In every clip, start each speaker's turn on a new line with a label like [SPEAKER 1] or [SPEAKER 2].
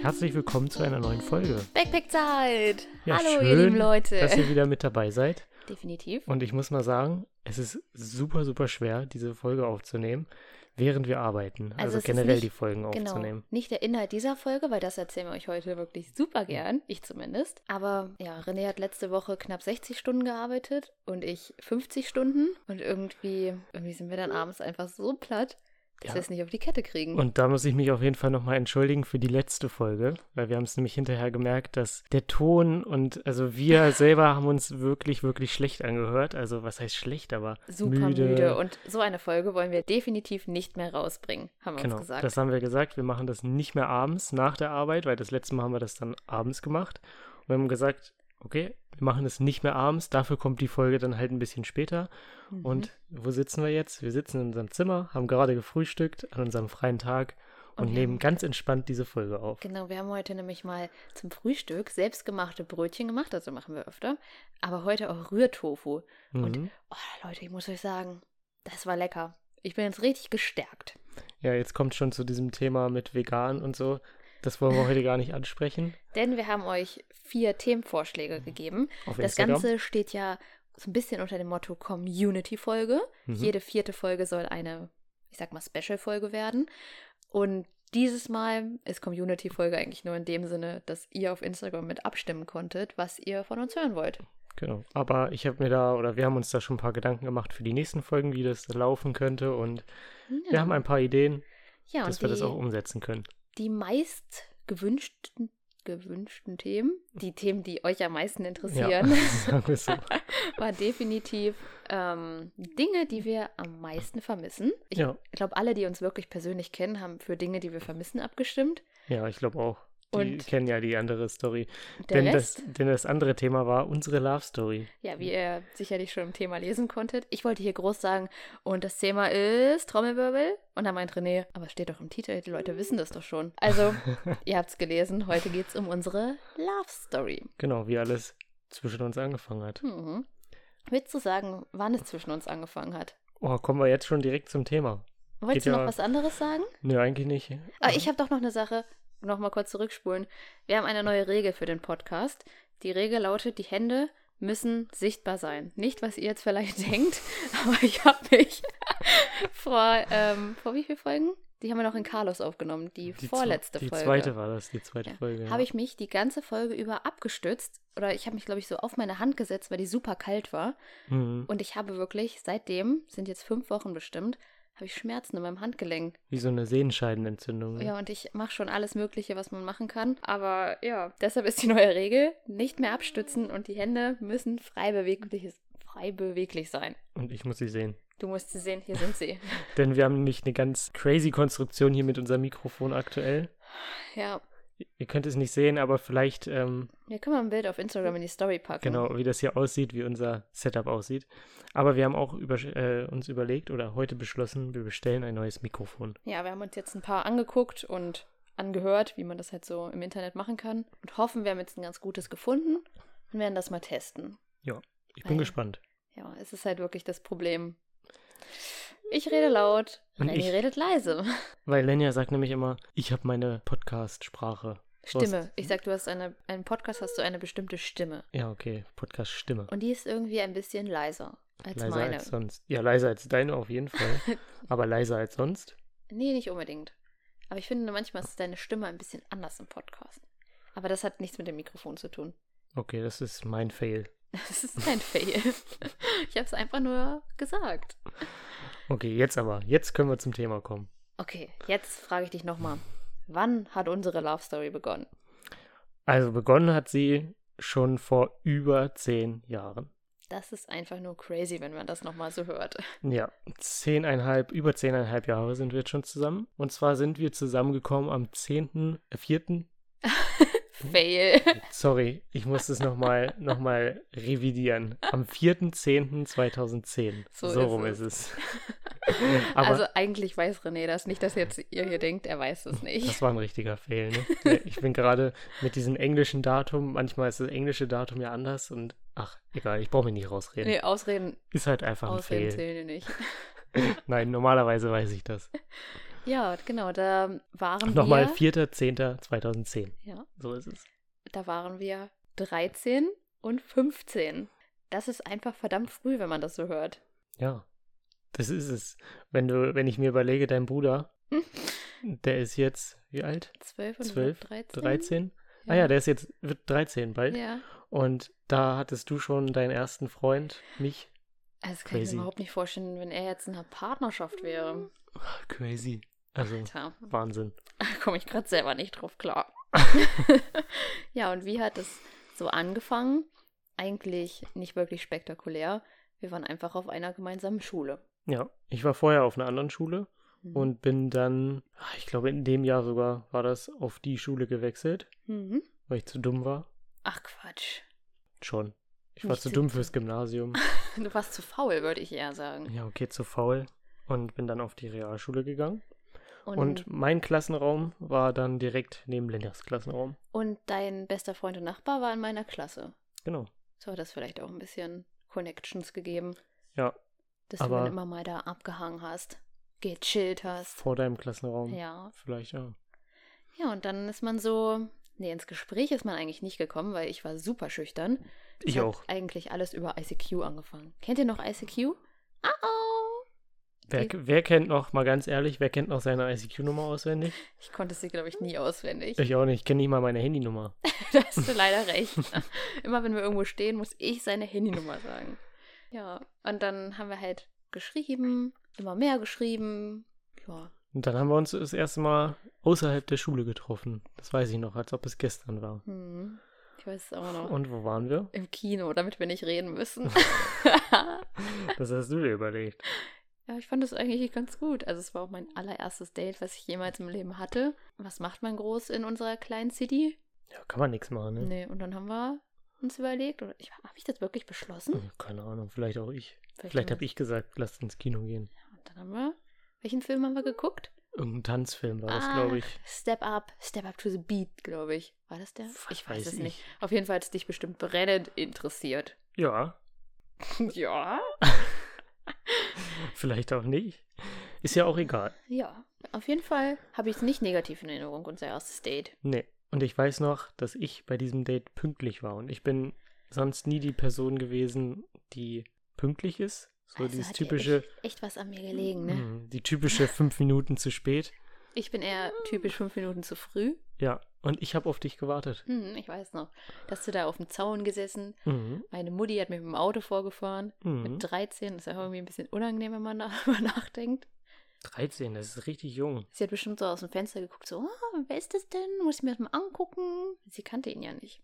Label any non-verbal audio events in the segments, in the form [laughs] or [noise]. [SPEAKER 1] Herzlich willkommen zu einer neuen Folge.
[SPEAKER 2] Backpack-Zeit!
[SPEAKER 1] Ja,
[SPEAKER 2] Hallo,
[SPEAKER 1] schön,
[SPEAKER 2] ihr lieben Leute!
[SPEAKER 1] dass ihr
[SPEAKER 2] [laughs]
[SPEAKER 1] um wieder mit dabei seid.
[SPEAKER 2] Definitiv.
[SPEAKER 1] Und ich muss mal sagen, es ist super, super schwer, diese Folge aufzunehmen, während wir arbeiten. Also,
[SPEAKER 2] Also es ist
[SPEAKER 1] generell
[SPEAKER 2] nicht-
[SPEAKER 1] die Folgen
[SPEAKER 2] Genau.
[SPEAKER 1] aufzunehmen.
[SPEAKER 2] Nicht der Inhalt dieser Folge, weil das erzählen wir euch heute wirklich super gern. Ich zumindest. Aber ja, René hat letzte Woche knapp 60 Stunden gearbeitet und ich 50 Stunden. Und irgendwie, irgendwie sind wir dann abends einfach so platt, dass
[SPEAKER 1] Ja.
[SPEAKER 2] wir es nicht auf die Kette kriegen.
[SPEAKER 1] Und da muss ich mich auf jeden Fall nochmal entschuldigen für die letzte Folge, weil wir haben es nämlich hinterher gemerkt, dass der Ton und also
[SPEAKER 2] [laughs]
[SPEAKER 1] wir selber haben uns wirklich, wirklich schlecht angehört. Also was heißt schlecht, aber
[SPEAKER 2] Super müde.
[SPEAKER 1] müde.
[SPEAKER 2] Und so eine Folge wollen wir definitiv nicht mehr rausbringen, haben wir
[SPEAKER 1] Genau,
[SPEAKER 2] uns gesagt.
[SPEAKER 1] das haben wir gesagt. Wir machen das nicht mehr abends nach der Arbeit, weil das letzte Mal haben wir das dann abends gemacht. Und wir haben gesagt, okay, wir machen das nicht mehr abends. Dafür kommt die Folge dann halt ein bisschen später.
[SPEAKER 2] Mhm.
[SPEAKER 1] Und wo sitzen wir jetzt? Wir sitzen in unserem Zimmer, haben gerade gefrühstückt an unserem freien Tag und,
[SPEAKER 2] Und wir
[SPEAKER 1] nehmen
[SPEAKER 2] haben-
[SPEAKER 1] ganz entspannt diese Folge auf.
[SPEAKER 2] Genau, wir haben heute nämlich mal zum Frühstück selbstgemachte Brötchen gemacht, also machen wir öfter, aber heute auch Rührtofu. Und-
[SPEAKER 1] Mhm.
[SPEAKER 2] Oh, Leute, ich muss euch sagen, das war lecker. Ich bin jetzt richtig gestärkt.
[SPEAKER 1] Ja, jetzt kommt schon zu diesem Thema mit vegan und so. Das wollen wir heute gar nicht ansprechen.
[SPEAKER 2] Denn wir haben euch vier Themenvorschläge gegeben.
[SPEAKER 1] Auf
[SPEAKER 2] Das
[SPEAKER 1] Instagram.
[SPEAKER 2] Ganze steht ja so ein bisschen unter dem Motto Community-Folge.
[SPEAKER 1] Mhm.
[SPEAKER 2] Jede vierte Folge soll eine, ich sag mal, Special-Folge werden. Und dieses Mal ist Community-Folge eigentlich nur in dem Sinne, dass ihr auf Instagram mit abstimmen konntet, was ihr von uns hören wollt.
[SPEAKER 1] Genau. Aber ich habe mir da, oder wir haben uns da schon ein paar Gedanken gemacht für die nächsten Folgen, wie das laufen könnte. Und wir haben ein paar Ideen,
[SPEAKER 2] Ja,
[SPEAKER 1] dass
[SPEAKER 2] und
[SPEAKER 1] wir das
[SPEAKER 2] die,
[SPEAKER 1] auch um- umsetzen können.
[SPEAKER 2] die meist gewünschten, gewünschten Themen, die Themen, die euch am meisten
[SPEAKER 1] Ja,
[SPEAKER 2] interessieren,
[SPEAKER 1] [laughs] sagen wir
[SPEAKER 2] [laughs]
[SPEAKER 1] so.
[SPEAKER 2] war definitiv ähm, Dinge, die wir am meisten vermissen. Ich
[SPEAKER 1] Ja,
[SPEAKER 2] glaube, alle, die uns wirklich persönlich kennen, haben für Dinge, die wir vermissen, abgestimmt.
[SPEAKER 1] ja ich glaube auch. Die
[SPEAKER 2] Und-
[SPEAKER 1] kennen ja die andere Story.
[SPEAKER 2] Der
[SPEAKER 1] denn,
[SPEAKER 2] Rest,
[SPEAKER 1] Das, denn das andere Thema war unsere Love Story.
[SPEAKER 2] ja, wie ihr sicherlich schon im Thema lesen konntet. Ich wollte hier groß sagen, und das Thema ist Trommelwirbel. Und dann meint René, aber es steht doch im Titel, die Leute wissen das doch schon.
[SPEAKER 1] [laughs]
[SPEAKER 2] Also, ihr habt's gelesen, heute geht's um unsere Love Story.
[SPEAKER 1] Genau, wie alles zwischen uns angefangen hat.
[SPEAKER 2] Mhm. Willst du sagen, wann es zwischen uns angefangen hat?
[SPEAKER 1] Oh, kommen wir jetzt schon direkt zum Thema. Geht
[SPEAKER 2] Wolltest du
[SPEAKER 1] ja-
[SPEAKER 2] noch was anderes sagen?
[SPEAKER 1] Nö, eigentlich nicht.
[SPEAKER 2] Ah, ich habe doch noch eine Sache, nochmal kurz zurückspulen. Wir haben eine neue Regel für den Podcast. Die Regel lautet, die Hände müssen sichtbar sein. Nicht, was ihr jetzt vielleicht [laughs] denkt, aber ich habe mich [laughs] vor, ähm, vor wie vielen Folgen? Die haben wir noch in Carlos aufgenommen, die,
[SPEAKER 1] Die zwe-
[SPEAKER 2] vorletzte
[SPEAKER 1] die
[SPEAKER 2] Folge.
[SPEAKER 1] zweite war das, die zweite
[SPEAKER 2] Ja.
[SPEAKER 1] Folge. ja.
[SPEAKER 2] Habe ich mich die ganze Folge über abgestützt oder ich habe mich, glaube ich, so auf meine Hand gesetzt, weil die super kalt war.
[SPEAKER 1] Mhm.
[SPEAKER 2] Und ich habe wirklich, seitdem, sind jetzt fünf Wochen bestimmt, habe ich Schmerzen in meinem Handgelenk.
[SPEAKER 1] Wie so eine Sehenscheidenentzündung. ne?
[SPEAKER 2] Ja, und ich mache schon alles Mögliche, was man machen kann. Aber ja, deshalb ist die neue Regel, nicht mehr abstützen und die Hände müssen frei beweglich, frei beweglich sein.
[SPEAKER 1] Und ich muss sie sehen.
[SPEAKER 2] Du musst sie sehen, hier
[SPEAKER 1] [laughs]
[SPEAKER 2] sind sie.
[SPEAKER 1] Denn wir haben nämlich eine ganz crazy Konstruktion hier mit unserem Mikrofon aktuell.
[SPEAKER 2] Ja,
[SPEAKER 1] Ihr könnt es nicht sehen, aber vielleicht, ähm,
[SPEAKER 2] wir können mal ein Bild auf Instagram in die Story packen.
[SPEAKER 1] genau, wie das hier aussieht, wie unser Setup aussieht. Aber wir haben auch über, äh, uns überlegt oder heute beschlossen, wir bestellen ein neues Mikrofon.
[SPEAKER 2] Ja, wir haben uns jetzt ein paar angeguckt und angehört, wie man das halt so im Internet machen kann. Und hoffen, wir haben jetzt ein ganz gutes gefunden und werden das mal testen.
[SPEAKER 1] Ich bin
[SPEAKER 2] Weil-
[SPEAKER 1] gespannt.
[SPEAKER 2] Ah, Ja, es ist halt wirklich das Problem. Ich rede laut,
[SPEAKER 1] Und
[SPEAKER 2] René
[SPEAKER 1] ich-
[SPEAKER 2] redet leise.
[SPEAKER 1] Weil Lenja sagt nämlich immer, ich habe meine Podcast-Sprache. Du hast-
[SPEAKER 2] Stimme. Ich sag, du hast eine, einen Podcast, hast du eine bestimmte Stimme.
[SPEAKER 1] Ja, okay, Podcast-Stimme.
[SPEAKER 2] Und die ist irgendwie ein bisschen leiser als
[SPEAKER 1] Leiser
[SPEAKER 2] meine.
[SPEAKER 1] als sonst. Ja, leiser als deine auf jeden Fall.
[SPEAKER 2] [laughs]
[SPEAKER 1] aber leiser als sonst.
[SPEAKER 2] nee, nicht unbedingt. Aber ich finde, manchmal ist deine Stimme ein bisschen anders im Podcast. Aber das hat nichts mit dem Mikrofon zu tun. [laughs]
[SPEAKER 1] Okay, das ist mein Fail.
[SPEAKER 2] Das ist
[SPEAKER 1] [laughs]
[SPEAKER 2] kein Fail. Ich habe es einfach nur gesagt.
[SPEAKER 1] Okay, jetzt aber. Jetzt können wir zum Thema kommen.
[SPEAKER 2] Okay, jetzt frage ich dich nochmal. Wann hat unsere Love Story begonnen?
[SPEAKER 1] Also begonnen hat sie schon vor über zehn Jahren.
[SPEAKER 2] Das ist einfach nur crazy, wenn man das nochmal so hört.
[SPEAKER 1] Ja, zehneinhalb, über zehneinhalb Jahre sind wir jetzt schon zusammen. Und zwar sind wir zusammengekommen am 10., äh, 4., Hm.
[SPEAKER 2] Fail.
[SPEAKER 1] sorry, ich muss es nochmal noch mal [laughs] revidieren. Am 4.10.2010.
[SPEAKER 2] So
[SPEAKER 1] So,
[SPEAKER 2] ist
[SPEAKER 1] rum
[SPEAKER 2] es.
[SPEAKER 1] ist es.
[SPEAKER 2] [laughs]
[SPEAKER 1] Aber
[SPEAKER 2] also eigentlich weiß René das nicht, dass jetzt ihr hier denkt, er weiß es
[SPEAKER 1] [laughs]
[SPEAKER 2] nicht.
[SPEAKER 1] das war ein richtiger Fail, ne? Ja, Ich bin gerade mit diesem englischen Datum, manchmal ist das englische Datum ja anders und ach, egal, ich brauche mich nicht rausreden.
[SPEAKER 2] Nee, Ausreden,
[SPEAKER 1] Ist halt einfach ein Fail.
[SPEAKER 2] Ausreden zählen die nicht.
[SPEAKER 1] Nein, normalerweise weiß ich das.
[SPEAKER 2] [laughs] Ja, genau, da waren
[SPEAKER 1] Nochmal
[SPEAKER 2] wir.
[SPEAKER 1] 4.10.2010.
[SPEAKER 2] Ja,
[SPEAKER 1] So ist es.
[SPEAKER 2] da waren wir 13 und 15. Das ist einfach verdammt früh, wenn man das so hört.
[SPEAKER 1] Ja. Das ist es. Wenn du, wenn ich mir überlege, dein
[SPEAKER 2] [laughs]
[SPEAKER 1] Bruder, der ist jetzt wie alt?
[SPEAKER 2] 12 und
[SPEAKER 1] 12,
[SPEAKER 2] 13.
[SPEAKER 1] 13? Ah ja, der ist jetzt, wird 13 bald.
[SPEAKER 2] Ja.
[SPEAKER 1] Und da hattest du schon deinen ersten Freund, mich.
[SPEAKER 2] Also das kann ich
[SPEAKER 1] Crazy.
[SPEAKER 2] mir überhaupt nicht vorstellen, wenn er jetzt in einer Partnerschaft wäre.
[SPEAKER 1] Ach, crazy. Also,
[SPEAKER 2] Tja,
[SPEAKER 1] Wahnsinn.
[SPEAKER 2] da komme ich gerade selber nicht
[SPEAKER 1] [laughs]
[SPEAKER 2] drauf klar. ja, und wie hat es so angefangen? Eigentlich nicht wirklich spektakulär. Wir waren einfach auf einer gemeinsamen Schule.
[SPEAKER 1] Ja, ich war vorher auf einer anderen Schule
[SPEAKER 2] Mhm.
[SPEAKER 1] und bin dann, ah, ich glaube, in dem Jahr sogar war das auf die Schule gewechselt,
[SPEAKER 2] Mhm.
[SPEAKER 1] weil ich zu dumm war.
[SPEAKER 2] Ach Quatsch.
[SPEAKER 1] Schon. Ich war
[SPEAKER 2] Nicht
[SPEAKER 1] zu
[SPEAKER 2] zu
[SPEAKER 1] dumm fürs
[SPEAKER 2] [laughs]
[SPEAKER 1] Gymnasium.
[SPEAKER 2] Du warst zu faul, würde ich eher sagen.
[SPEAKER 1] Ja, okay, zu faul. Und bin dann auf die Realschule gegangen. Und mein Klassenraum war dann direkt neben Lenjas Klassenraum.
[SPEAKER 2] und dein bester Freund und Nachbar war in meiner Klasse.
[SPEAKER 1] Genau.
[SPEAKER 2] So hat das vielleicht auch ein bisschen Connections gegeben,
[SPEAKER 1] Ja,
[SPEAKER 2] dass du
[SPEAKER 1] Aber-
[SPEAKER 2] dann immer mal da abgehangen hast, gechillt hast.
[SPEAKER 1] vor deinem Klassenraum.
[SPEAKER 2] Ja.
[SPEAKER 1] Vielleicht, ja.
[SPEAKER 2] Ja, und dann ist man so. Nee, ins Gespräch ist man eigentlich nicht gekommen, weil ich war super schüchtern. Es
[SPEAKER 1] Ich
[SPEAKER 2] hat
[SPEAKER 1] auch.
[SPEAKER 2] Eigentlich alles über ICQ angefangen. Kennt ihr noch ICQ? Ah, oh.
[SPEAKER 1] Wer, wer kennt noch, mal ganz ehrlich, wer kennt noch seine ICQ-Nummer auswendig?
[SPEAKER 2] Ich konnte sie, glaube ich, nie auswendig.
[SPEAKER 1] Ich auch nicht, ich kenne nicht mal meine
[SPEAKER 2] [laughs]
[SPEAKER 1] Handynummer.
[SPEAKER 2] da hast du leider recht. Immer wenn wir irgendwo stehen, muss ich seine Handynummer sagen. Ja, und dann haben wir halt geschrieben, immer mehr geschrieben. Ja,
[SPEAKER 1] Und dann haben wir uns das erste Mal außerhalb der Schule getroffen. Das weiß ich noch, als ob es gestern war.
[SPEAKER 2] hm. ich weiß es auch noch.
[SPEAKER 1] Und wo waren wir?
[SPEAKER 2] Im Kino, damit wir nicht
[SPEAKER 1] [laughs]
[SPEAKER 2] reden müssen. [laughs]
[SPEAKER 1] Das hast du dir überlegt.
[SPEAKER 2] Ja, ich fand das eigentlich ganz gut. Also es war auch mein allererstes Date, was ich jemals im Leben hatte. Was macht man groß in unserer kleinen City?
[SPEAKER 1] Ja, kann man nichts machen, ne?
[SPEAKER 2] Nee, und dann haben wir uns überlegt, oder ich, habe ich das wirklich beschlossen?
[SPEAKER 1] Hm, Keine Ahnung, vielleicht auch ich.
[SPEAKER 2] Vielleicht
[SPEAKER 1] Vielleicht
[SPEAKER 2] haben
[SPEAKER 1] habe ich gesagt, lasst uns ins Kino gehen.
[SPEAKER 2] wir- Und dann haben wir, welchen Film haben wir geguckt?
[SPEAKER 1] Irgendein Tanzfilm war das,
[SPEAKER 2] Ah,
[SPEAKER 1] glaube ich.
[SPEAKER 2] Ach, Step Up, Step Up to the Beat, glaube ich. War das der? Ich weiß, es
[SPEAKER 1] ich.
[SPEAKER 2] nicht. Auf jeden Fall hat es dich bestimmt brennend
[SPEAKER 1] [laughs]
[SPEAKER 2] interessiert.
[SPEAKER 1] Ja,
[SPEAKER 2] ja.
[SPEAKER 1] vielleicht auch nicht. Ist ja auch egal.
[SPEAKER 2] Ja. Auf jeden Fall habe ich es nicht negativ in Erinnerung, unser erstes Date.
[SPEAKER 1] Nee. Und ich weiß noch, dass ich bei diesem Date pünktlich war. Und ich bin sonst nie die Person gewesen, die pünktlich ist. So
[SPEAKER 2] Also
[SPEAKER 1] dieses
[SPEAKER 2] hat dir
[SPEAKER 1] typische, Mhm.
[SPEAKER 2] Echt, echt was an mir gelegen, ne?
[SPEAKER 1] mh, die typische fünf Minuten zu spät.
[SPEAKER 2] Ich bin eher typisch fünf Minuten zu früh.
[SPEAKER 1] Ja, und ich habe auf dich gewartet.
[SPEAKER 2] Hm, ich weiß noch. Da Hast du da auf dem Zaun gesessen?
[SPEAKER 1] Mhm.
[SPEAKER 2] Meine Mutti hat mir mit dem Auto vorgefahren.
[SPEAKER 1] Mhm.
[SPEAKER 2] Mit 13. Das ist ja irgendwie ein bisschen unangenehm, wenn man [laughs] darüber nachdenkt.
[SPEAKER 1] 13, das ist richtig jung.
[SPEAKER 2] Sie hat bestimmt so aus dem Fenster geguckt, so, ah, wer ist das denn? Muss ich mir das mal angucken? Sie kannte ihn ja nicht.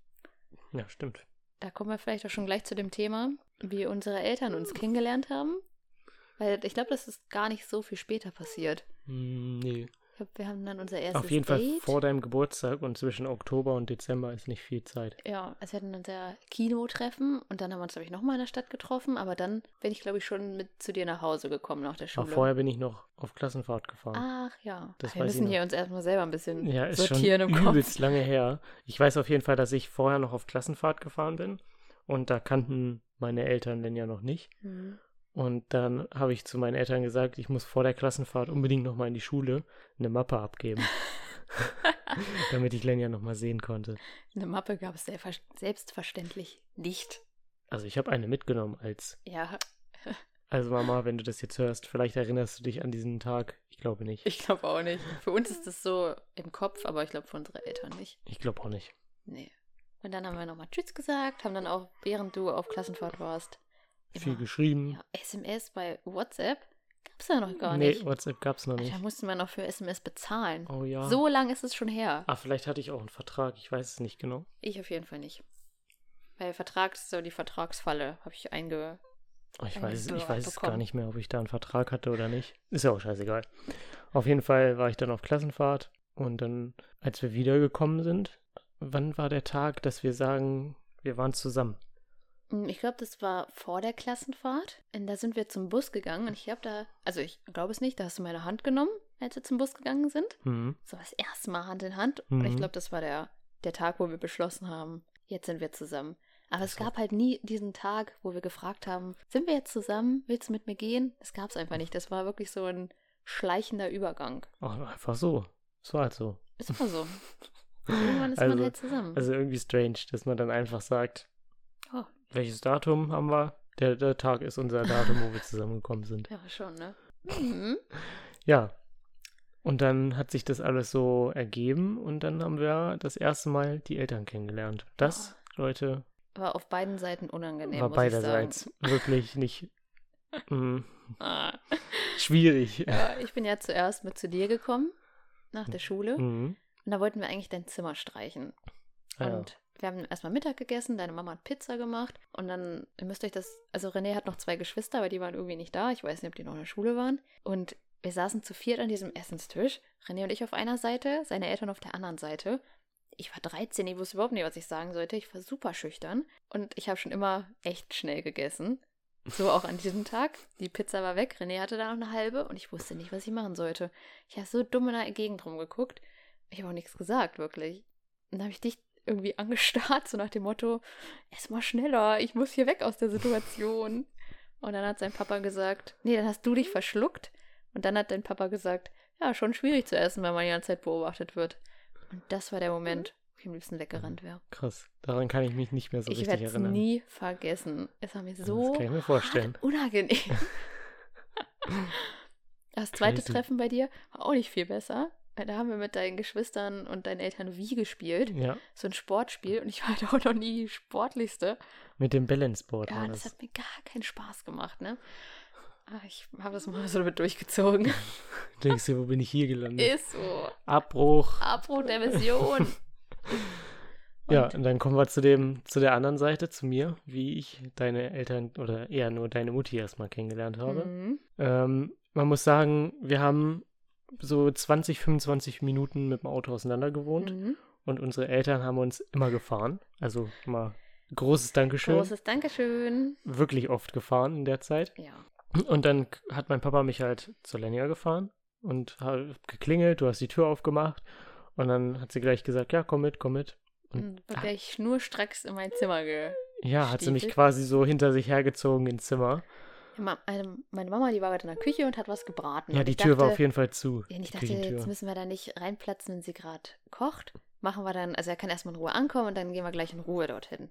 [SPEAKER 1] Ja, stimmt.
[SPEAKER 2] Da kommen wir vielleicht auch schon gleich zu dem Thema, wie unsere Eltern uns kennengelernt haben. Weil ich glaube, das ist gar nicht so viel später passiert.
[SPEAKER 1] Hm, Nee.
[SPEAKER 2] Ich glaube, wir haben dann unser erstes
[SPEAKER 1] Auf jeden Fall
[SPEAKER 2] Date.
[SPEAKER 1] vor deinem Geburtstag und zwischen Oktober und Dezember ist nicht viel Zeit.
[SPEAKER 2] Ja, also wir hatten unser Kinotreffen und dann haben wir uns, glaube ich, nochmal in der Stadt getroffen, aber dann bin ich, glaube ich, schon mit zu dir nach Hause gekommen nach der
[SPEAKER 1] Aber
[SPEAKER 2] Schule. Ah,
[SPEAKER 1] vorher bin ich noch auf Klassenfahrt gefahren.
[SPEAKER 2] Ach ja,
[SPEAKER 1] Das
[SPEAKER 2] wir
[SPEAKER 1] weiß ich
[SPEAKER 2] müssen
[SPEAKER 1] noch.
[SPEAKER 2] hier uns erstmal selber ein bisschen
[SPEAKER 1] ja, ist schon [laughs]
[SPEAKER 2] sortieren im Kopf.
[SPEAKER 1] übelst lange her. Ich weiß auf jeden Fall, dass ich vorher noch auf Klassenfahrt gefahren bin und da kannten meine Eltern denn ja noch nicht.
[SPEAKER 2] Hm.
[SPEAKER 1] Und dann habe ich zu meinen Eltern gesagt, ich muss vor der Klassenfahrt unbedingt nochmal in die Schule eine Mappe
[SPEAKER 2] [laughs]
[SPEAKER 1] abgeben. Damit ich Lenja nochmal sehen konnte.
[SPEAKER 2] Eine Mappe gab es selbstver- selbstverständlich nicht.
[SPEAKER 1] Also ich habe eine mitgenommen als.
[SPEAKER 2] Ja,
[SPEAKER 1] Also Mama, wenn du das jetzt hörst, vielleicht erinnerst du dich an diesen Tag. Ich glaube nicht.
[SPEAKER 2] ich glaube auch nicht. Für uns ist das so im Kopf, aber ich glaube für unsere Eltern nicht.
[SPEAKER 1] Ich glaube auch nicht.
[SPEAKER 2] Nee. Und dann haben wir nochmal Tschüss gesagt, haben dann auch, während du auf Klassenfahrt warst,
[SPEAKER 1] Viel
[SPEAKER 2] immer
[SPEAKER 1] geschrieben.
[SPEAKER 2] ja, SMS bei WhatsApp gab es ja noch gar
[SPEAKER 1] nee,
[SPEAKER 2] nicht.
[SPEAKER 1] WhatsApp gab's noch nicht.
[SPEAKER 2] Da mussten wir noch für SMS bezahlen.
[SPEAKER 1] Oh ja.
[SPEAKER 2] So lang ist es schon her.
[SPEAKER 1] Ah, vielleicht hatte ich auch einen Vertrag. Ich weiß es nicht genau.
[SPEAKER 2] Ich auf jeden Fall nicht. Weil Vertrag ist so die Vertragsfalle, habe ich einge.
[SPEAKER 1] Oh, ich
[SPEAKER 2] Ein
[SPEAKER 1] weiß, es- ich
[SPEAKER 2] Gebühr
[SPEAKER 1] weiß es gar
[SPEAKER 2] bekommen.
[SPEAKER 1] nicht mehr, ob ich da einen Vertrag hatte oder nicht. Ist ja auch scheißegal. Auf jeden Fall war ich dann auf Klassenfahrt und dann, als wir wiedergekommen sind, wann war der Tag, dass wir sagen, wir waren zusammen?
[SPEAKER 2] Hm, Ich glaube, das war vor der Klassenfahrt. Und da sind wir zum Bus gegangen und ich habe da, also ich glaube es nicht, da hast du meine Hand genommen, als wir zum Bus gegangen sind.
[SPEAKER 1] Hm.
[SPEAKER 2] So das erste Mal Hand in Hand. Und
[SPEAKER 1] Mhm.
[SPEAKER 2] ich glaube, das war der, der Tag, wo wir beschlossen haben, jetzt sind wir zusammen. Aber es
[SPEAKER 1] Ach so.
[SPEAKER 2] gab halt nie diesen Tag, wo wir gefragt haben, sind wir jetzt zusammen? Willst du mit mir gehen? Das gab es einfach nicht. Das war wirklich so ein schleichender Übergang.
[SPEAKER 1] Auch einfach so. Es war halt so.
[SPEAKER 2] Ist immer
[SPEAKER 1] [laughs]
[SPEAKER 2] so. Irgendwann ist man
[SPEAKER 1] Also-
[SPEAKER 2] halt zusammen.
[SPEAKER 1] Also irgendwie strange, dass man dann einfach sagt,
[SPEAKER 2] Oh.
[SPEAKER 1] welches Datum haben wir? Der, der Tag ist unser Datum,
[SPEAKER 2] [laughs]
[SPEAKER 1] wo wir zusammengekommen sind.
[SPEAKER 2] ja, schon, ne? Mhm.
[SPEAKER 1] Ja. Und dann hat sich das alles so ergeben und dann haben wir das erste Mal die Eltern kennengelernt. Das, Leute,
[SPEAKER 2] War auf beiden Seiten unangenehm,
[SPEAKER 1] war
[SPEAKER 2] muss ich
[SPEAKER 1] beiderseits [laughs] wirklich nicht mm,
[SPEAKER 2] sagen.
[SPEAKER 1] [laughs]
[SPEAKER 2] Ah.
[SPEAKER 1] schwierig.
[SPEAKER 2] Ja, ich bin ja zuerst mit zu dir gekommen, nach der Schule. Und
[SPEAKER 1] Mhm.
[SPEAKER 2] da wollten wir eigentlich dein Zimmer streichen.
[SPEAKER 1] Ah ja.
[SPEAKER 2] Und wir haben erstmal Mittag gegessen, deine Mama hat Pizza gemacht und dann, ihr müsst euch das, also René hat noch zwei Geschwister, aber die waren irgendwie nicht da. Ich weiß nicht, ob die noch in der Schule waren. Und wir saßen zu viert an diesem Essenstisch. René und ich auf einer Seite, seine Eltern auf der anderen Seite. Ich war 13, ich wusste überhaupt nicht, was ich sagen sollte. Ich war super schüchtern und ich habe schon immer echt schnell gegessen. So auch an diesem Tag. Die Pizza war weg, René hatte da noch eine halbe und ich wusste nicht, was ich machen sollte. Ich habe so dumm in der Gegend rumgeguckt. Ich habe auch nichts gesagt, wirklich. Und dann habe ich dich irgendwie angestarrt, so nach dem Motto, ess mal schneller, ich muss hier weg aus der Situation. Und dann hat sein Papa gesagt, nee, dann hast du dich verschluckt. Und dann hat dein Papa gesagt, ja, schon schwierig zu essen, wenn man die ganze Zeit beobachtet wird. Und das war der Moment, wo ich am liebsten weggerannt wäre.
[SPEAKER 1] Krass. Daran kann ich mich nicht mehr Mhm. so
[SPEAKER 2] ich
[SPEAKER 1] richtig
[SPEAKER 2] werde es
[SPEAKER 1] erinnern.
[SPEAKER 2] nie vergessen. Es war mir so
[SPEAKER 1] das kann ich mir vorstellen. [laughs]
[SPEAKER 2] unangenehm. Das zweite
[SPEAKER 1] Crazy.
[SPEAKER 2] Treffen bei dir war auch nicht viel besser. weil Da haben wir mit deinen Geschwistern und deinen Eltern Wie gespielt.
[SPEAKER 1] Ja,
[SPEAKER 2] So ein Sportspiel. Und ich war halt [laughs] auch noch nie die Sportlichste.
[SPEAKER 1] mit dem Balanceboard
[SPEAKER 2] Ja,
[SPEAKER 1] war
[SPEAKER 2] und das
[SPEAKER 1] das.
[SPEAKER 2] hat mir gar keinen Spaß gemacht, ne? Ah, Ich habe das mal so damit
[SPEAKER 1] [laughs]
[SPEAKER 2] durchgezogen. [laughs]
[SPEAKER 1] Denkst du, wo bin ich hier gelandet?
[SPEAKER 2] Ist so.
[SPEAKER 1] Abbruch.
[SPEAKER 2] Abbruch der Mission.
[SPEAKER 1] [laughs] Ja, und dann kommen wir zu dem, zu der anderen Seite, zu mir, wie ich deine Eltern oder eher nur deine Mutti erstmal kennengelernt habe.
[SPEAKER 2] Mhm.
[SPEAKER 1] Ähm, man muss sagen, wir haben so 20, 25 Minuten mit dem Auto auseinander gewohnt
[SPEAKER 2] Mhm.
[SPEAKER 1] und unsere Eltern haben uns immer gefahren. Also immer großes Dankeschön.
[SPEAKER 2] Großes Dankeschön.
[SPEAKER 1] Wirklich oft gefahren in der Zeit.
[SPEAKER 2] Ja.
[SPEAKER 1] Und dann k- hat mein Papa mich halt zur Lenia gefahren und hat geklingelt, du hast die Tür aufgemacht und dann hat sie gleich gesagt, ja, komm mit, komm mit. Und ah.
[SPEAKER 2] Und gleich schnurstracks in mein Zimmer ge
[SPEAKER 1] ja, hat sie mich
[SPEAKER 2] Stiefel.
[SPEAKER 1] quasi so hinter sich hergezogen ins Zimmer.
[SPEAKER 2] Ja, Ma- eine- Meine Mama, die war gerade in der Küche und hat was gebraten.
[SPEAKER 1] Ja,
[SPEAKER 2] und
[SPEAKER 1] die
[SPEAKER 2] ich
[SPEAKER 1] Tür
[SPEAKER 2] dachte,
[SPEAKER 1] war auf jeden Fall zu.
[SPEAKER 2] Ja, und ich
[SPEAKER 1] die
[SPEAKER 2] dachte, jetzt
[SPEAKER 1] Küchentür.
[SPEAKER 2] müssen wir da nicht reinplatzen, wenn sie gerade kocht. Machen wir dann, also er kann erstmal in Ruhe ankommen und dann gehen wir gleich in Ruhe dorthin.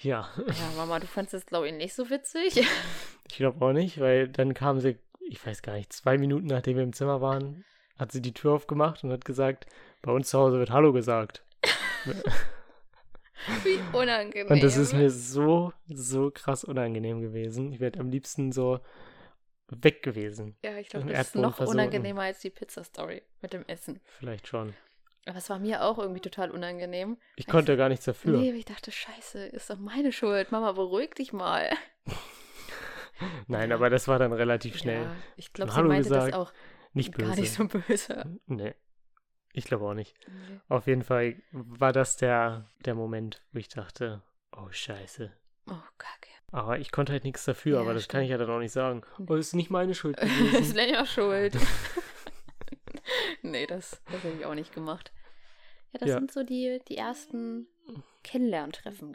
[SPEAKER 1] Ja,
[SPEAKER 2] Ja, Mama, du fandest das, glaube ich, nicht so witzig. [laughs]
[SPEAKER 1] ich glaube auch nicht, weil dann kam sie, ich weiß gar nicht, zwei Minuten nachdem wir im Zimmer waren, hat sie die Tür aufgemacht und hat gesagt, bei uns zu Hause wird Hallo gesagt.
[SPEAKER 2] Wie unangenehm.
[SPEAKER 1] Und das ist mir so, so krass unangenehm gewesen. Ich wäre am liebsten so weg gewesen.
[SPEAKER 2] Ja, ich
[SPEAKER 1] im
[SPEAKER 2] glaube, das ist
[SPEAKER 1] Erdboden ne?
[SPEAKER 2] noch
[SPEAKER 1] versunken.
[SPEAKER 2] unangenehmer als die Pizza-Story mit dem Essen.
[SPEAKER 1] Vielleicht schon.
[SPEAKER 2] Aber es war mir auch irgendwie total unangenehm.
[SPEAKER 1] Ich
[SPEAKER 2] Weißt
[SPEAKER 1] konnte gar nichts dafür.
[SPEAKER 2] Nee, weil ich dachte, scheiße, ist doch meine Schuld. Mama, beruhig dich mal.
[SPEAKER 1] Nein, aber das war dann relativ schnell.
[SPEAKER 2] Ja, ich glaube, sie
[SPEAKER 1] Hallo
[SPEAKER 2] meinte das
[SPEAKER 1] gesagt,
[SPEAKER 2] auch
[SPEAKER 1] Nicht böse.
[SPEAKER 2] gar nicht so böse.
[SPEAKER 1] Nee. Ich glaube auch nicht.
[SPEAKER 2] Nee.
[SPEAKER 1] Auf jeden Fall war das der, der Moment, wo ich dachte, oh scheiße.
[SPEAKER 2] Oh,
[SPEAKER 1] [laughs]
[SPEAKER 2] kacke.
[SPEAKER 1] Aber ich konnte halt nichts dafür,
[SPEAKER 2] Ja,
[SPEAKER 1] aber das kann ich ja dann auch nicht sagen.
[SPEAKER 2] Hm.
[SPEAKER 1] Oh, ist nicht meine
[SPEAKER 2] [laughs]
[SPEAKER 1] Schuld
[SPEAKER 2] ist
[SPEAKER 1] gewesen.
[SPEAKER 2] Lenja schuld. [laughs] nee, das, das hätte ich auch nicht gemacht. Ja, das
[SPEAKER 1] Ja.
[SPEAKER 2] sind so die, die ersten Kennenlerntreffen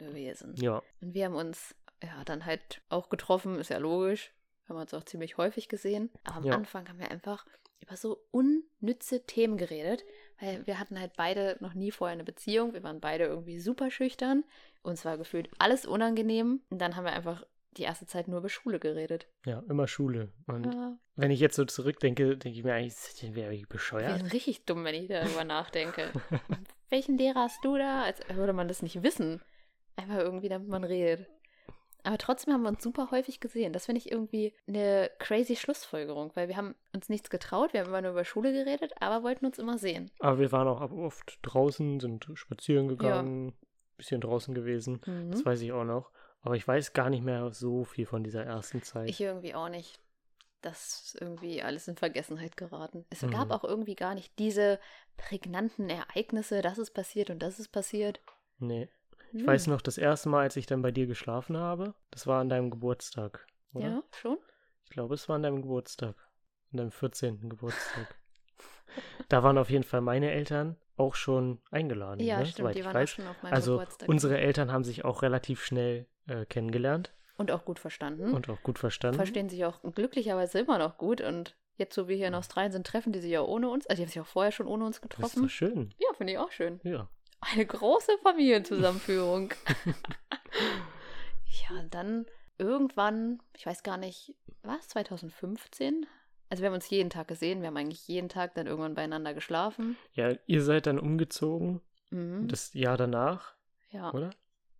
[SPEAKER 1] [laughs]
[SPEAKER 2] gewesen.
[SPEAKER 1] ja,
[SPEAKER 2] Und wir haben uns ja dann halt auch getroffen, ist ja logisch. Wir haben uns auch ziemlich häufig gesehen. Aber am
[SPEAKER 1] Ja.
[SPEAKER 2] Anfang haben wir einfach über so unnütze Themen geredet, weil wir hatten halt beide noch nie vorher eine Beziehung. Wir waren beide irgendwie super schüchtern. Uns war gefühlt alles unangenehm. Und dann haben wir einfach die erste Zeit nur über Schule geredet. Ah.
[SPEAKER 1] ja, immer Schule. Und
[SPEAKER 2] Ja,
[SPEAKER 1] wenn ich jetzt so zurückdenke, denke ich mir eigentlich, sind wir eigentlich
[SPEAKER 2] Wir
[SPEAKER 1] bescheuert?
[SPEAKER 2] sind richtig dumm, wenn ich
[SPEAKER 1] [laughs]
[SPEAKER 2] darüber nachdenke. Welchen Lehrer hast du da? Als würde man das nicht wissen. Einfach irgendwie, damit man redet. Aber trotzdem haben wir uns super häufig gesehen. Das finde ich irgendwie eine crazy Schlussfolgerung, weil wir haben uns nichts getraut, wir haben immer nur über Schule geredet, aber wollten uns immer sehen.
[SPEAKER 1] Aber wir waren auch oft draußen, sind spazieren gegangen, bisschen draußen gewesen.
[SPEAKER 2] Hm?
[SPEAKER 1] Das weiß ich auch noch. Aber ich weiß gar nicht mehr so viel von dieser ersten Zeit.
[SPEAKER 2] Ich irgendwie auch nicht. Das ist irgendwie alles in Vergessenheit geraten. Es
[SPEAKER 1] Mhm.
[SPEAKER 2] gab auch irgendwie gar nicht diese prägnanten Ereignisse, das ist passiert und das ist passiert.
[SPEAKER 1] nee. Ich
[SPEAKER 2] Hm.
[SPEAKER 1] weiß noch, das erste Mal, als ich dann bei dir geschlafen habe, das war an deinem Geburtstag. Oder?
[SPEAKER 2] Ja, schon.
[SPEAKER 1] Ich glaube, es war an deinem Geburtstag. An deinem 14. Geburtstag. da waren auf jeden Fall meine Eltern auch schon eingeladen.
[SPEAKER 2] Ja,
[SPEAKER 1] ne?
[SPEAKER 2] stimmt,
[SPEAKER 1] Soweit
[SPEAKER 2] die
[SPEAKER 1] ich
[SPEAKER 2] waren auch
[SPEAKER 1] weiß.
[SPEAKER 2] schon auf meinem
[SPEAKER 1] Also
[SPEAKER 2] Geburtstag.
[SPEAKER 1] unsere Eltern haben sich auch relativ schnell äh, kennengelernt
[SPEAKER 2] Und auch gut verstanden.
[SPEAKER 1] und auch gut verstanden.
[SPEAKER 2] Verstehen sich auch glücklicherweise immer noch gut und Jetzt, so wie hier in Australien sind, treffen die sich ja ohne uns. Also die haben sich auch vorher schon ohne uns
[SPEAKER 1] Das ist doch
[SPEAKER 2] getroffen.
[SPEAKER 1] schön.
[SPEAKER 2] Ja, finde ich auch schön.
[SPEAKER 1] Ja.
[SPEAKER 2] Eine große Familienzusammenführung. ja, und dann irgendwann, ich weiß gar nicht, was, 2015? Also wir haben uns jeden Tag gesehen, wir haben eigentlich jeden Tag dann irgendwann beieinander geschlafen.
[SPEAKER 1] Ja, ihr seid dann umgezogen,
[SPEAKER 2] Mhm.
[SPEAKER 1] das Jahr danach,
[SPEAKER 2] ja.
[SPEAKER 1] oder?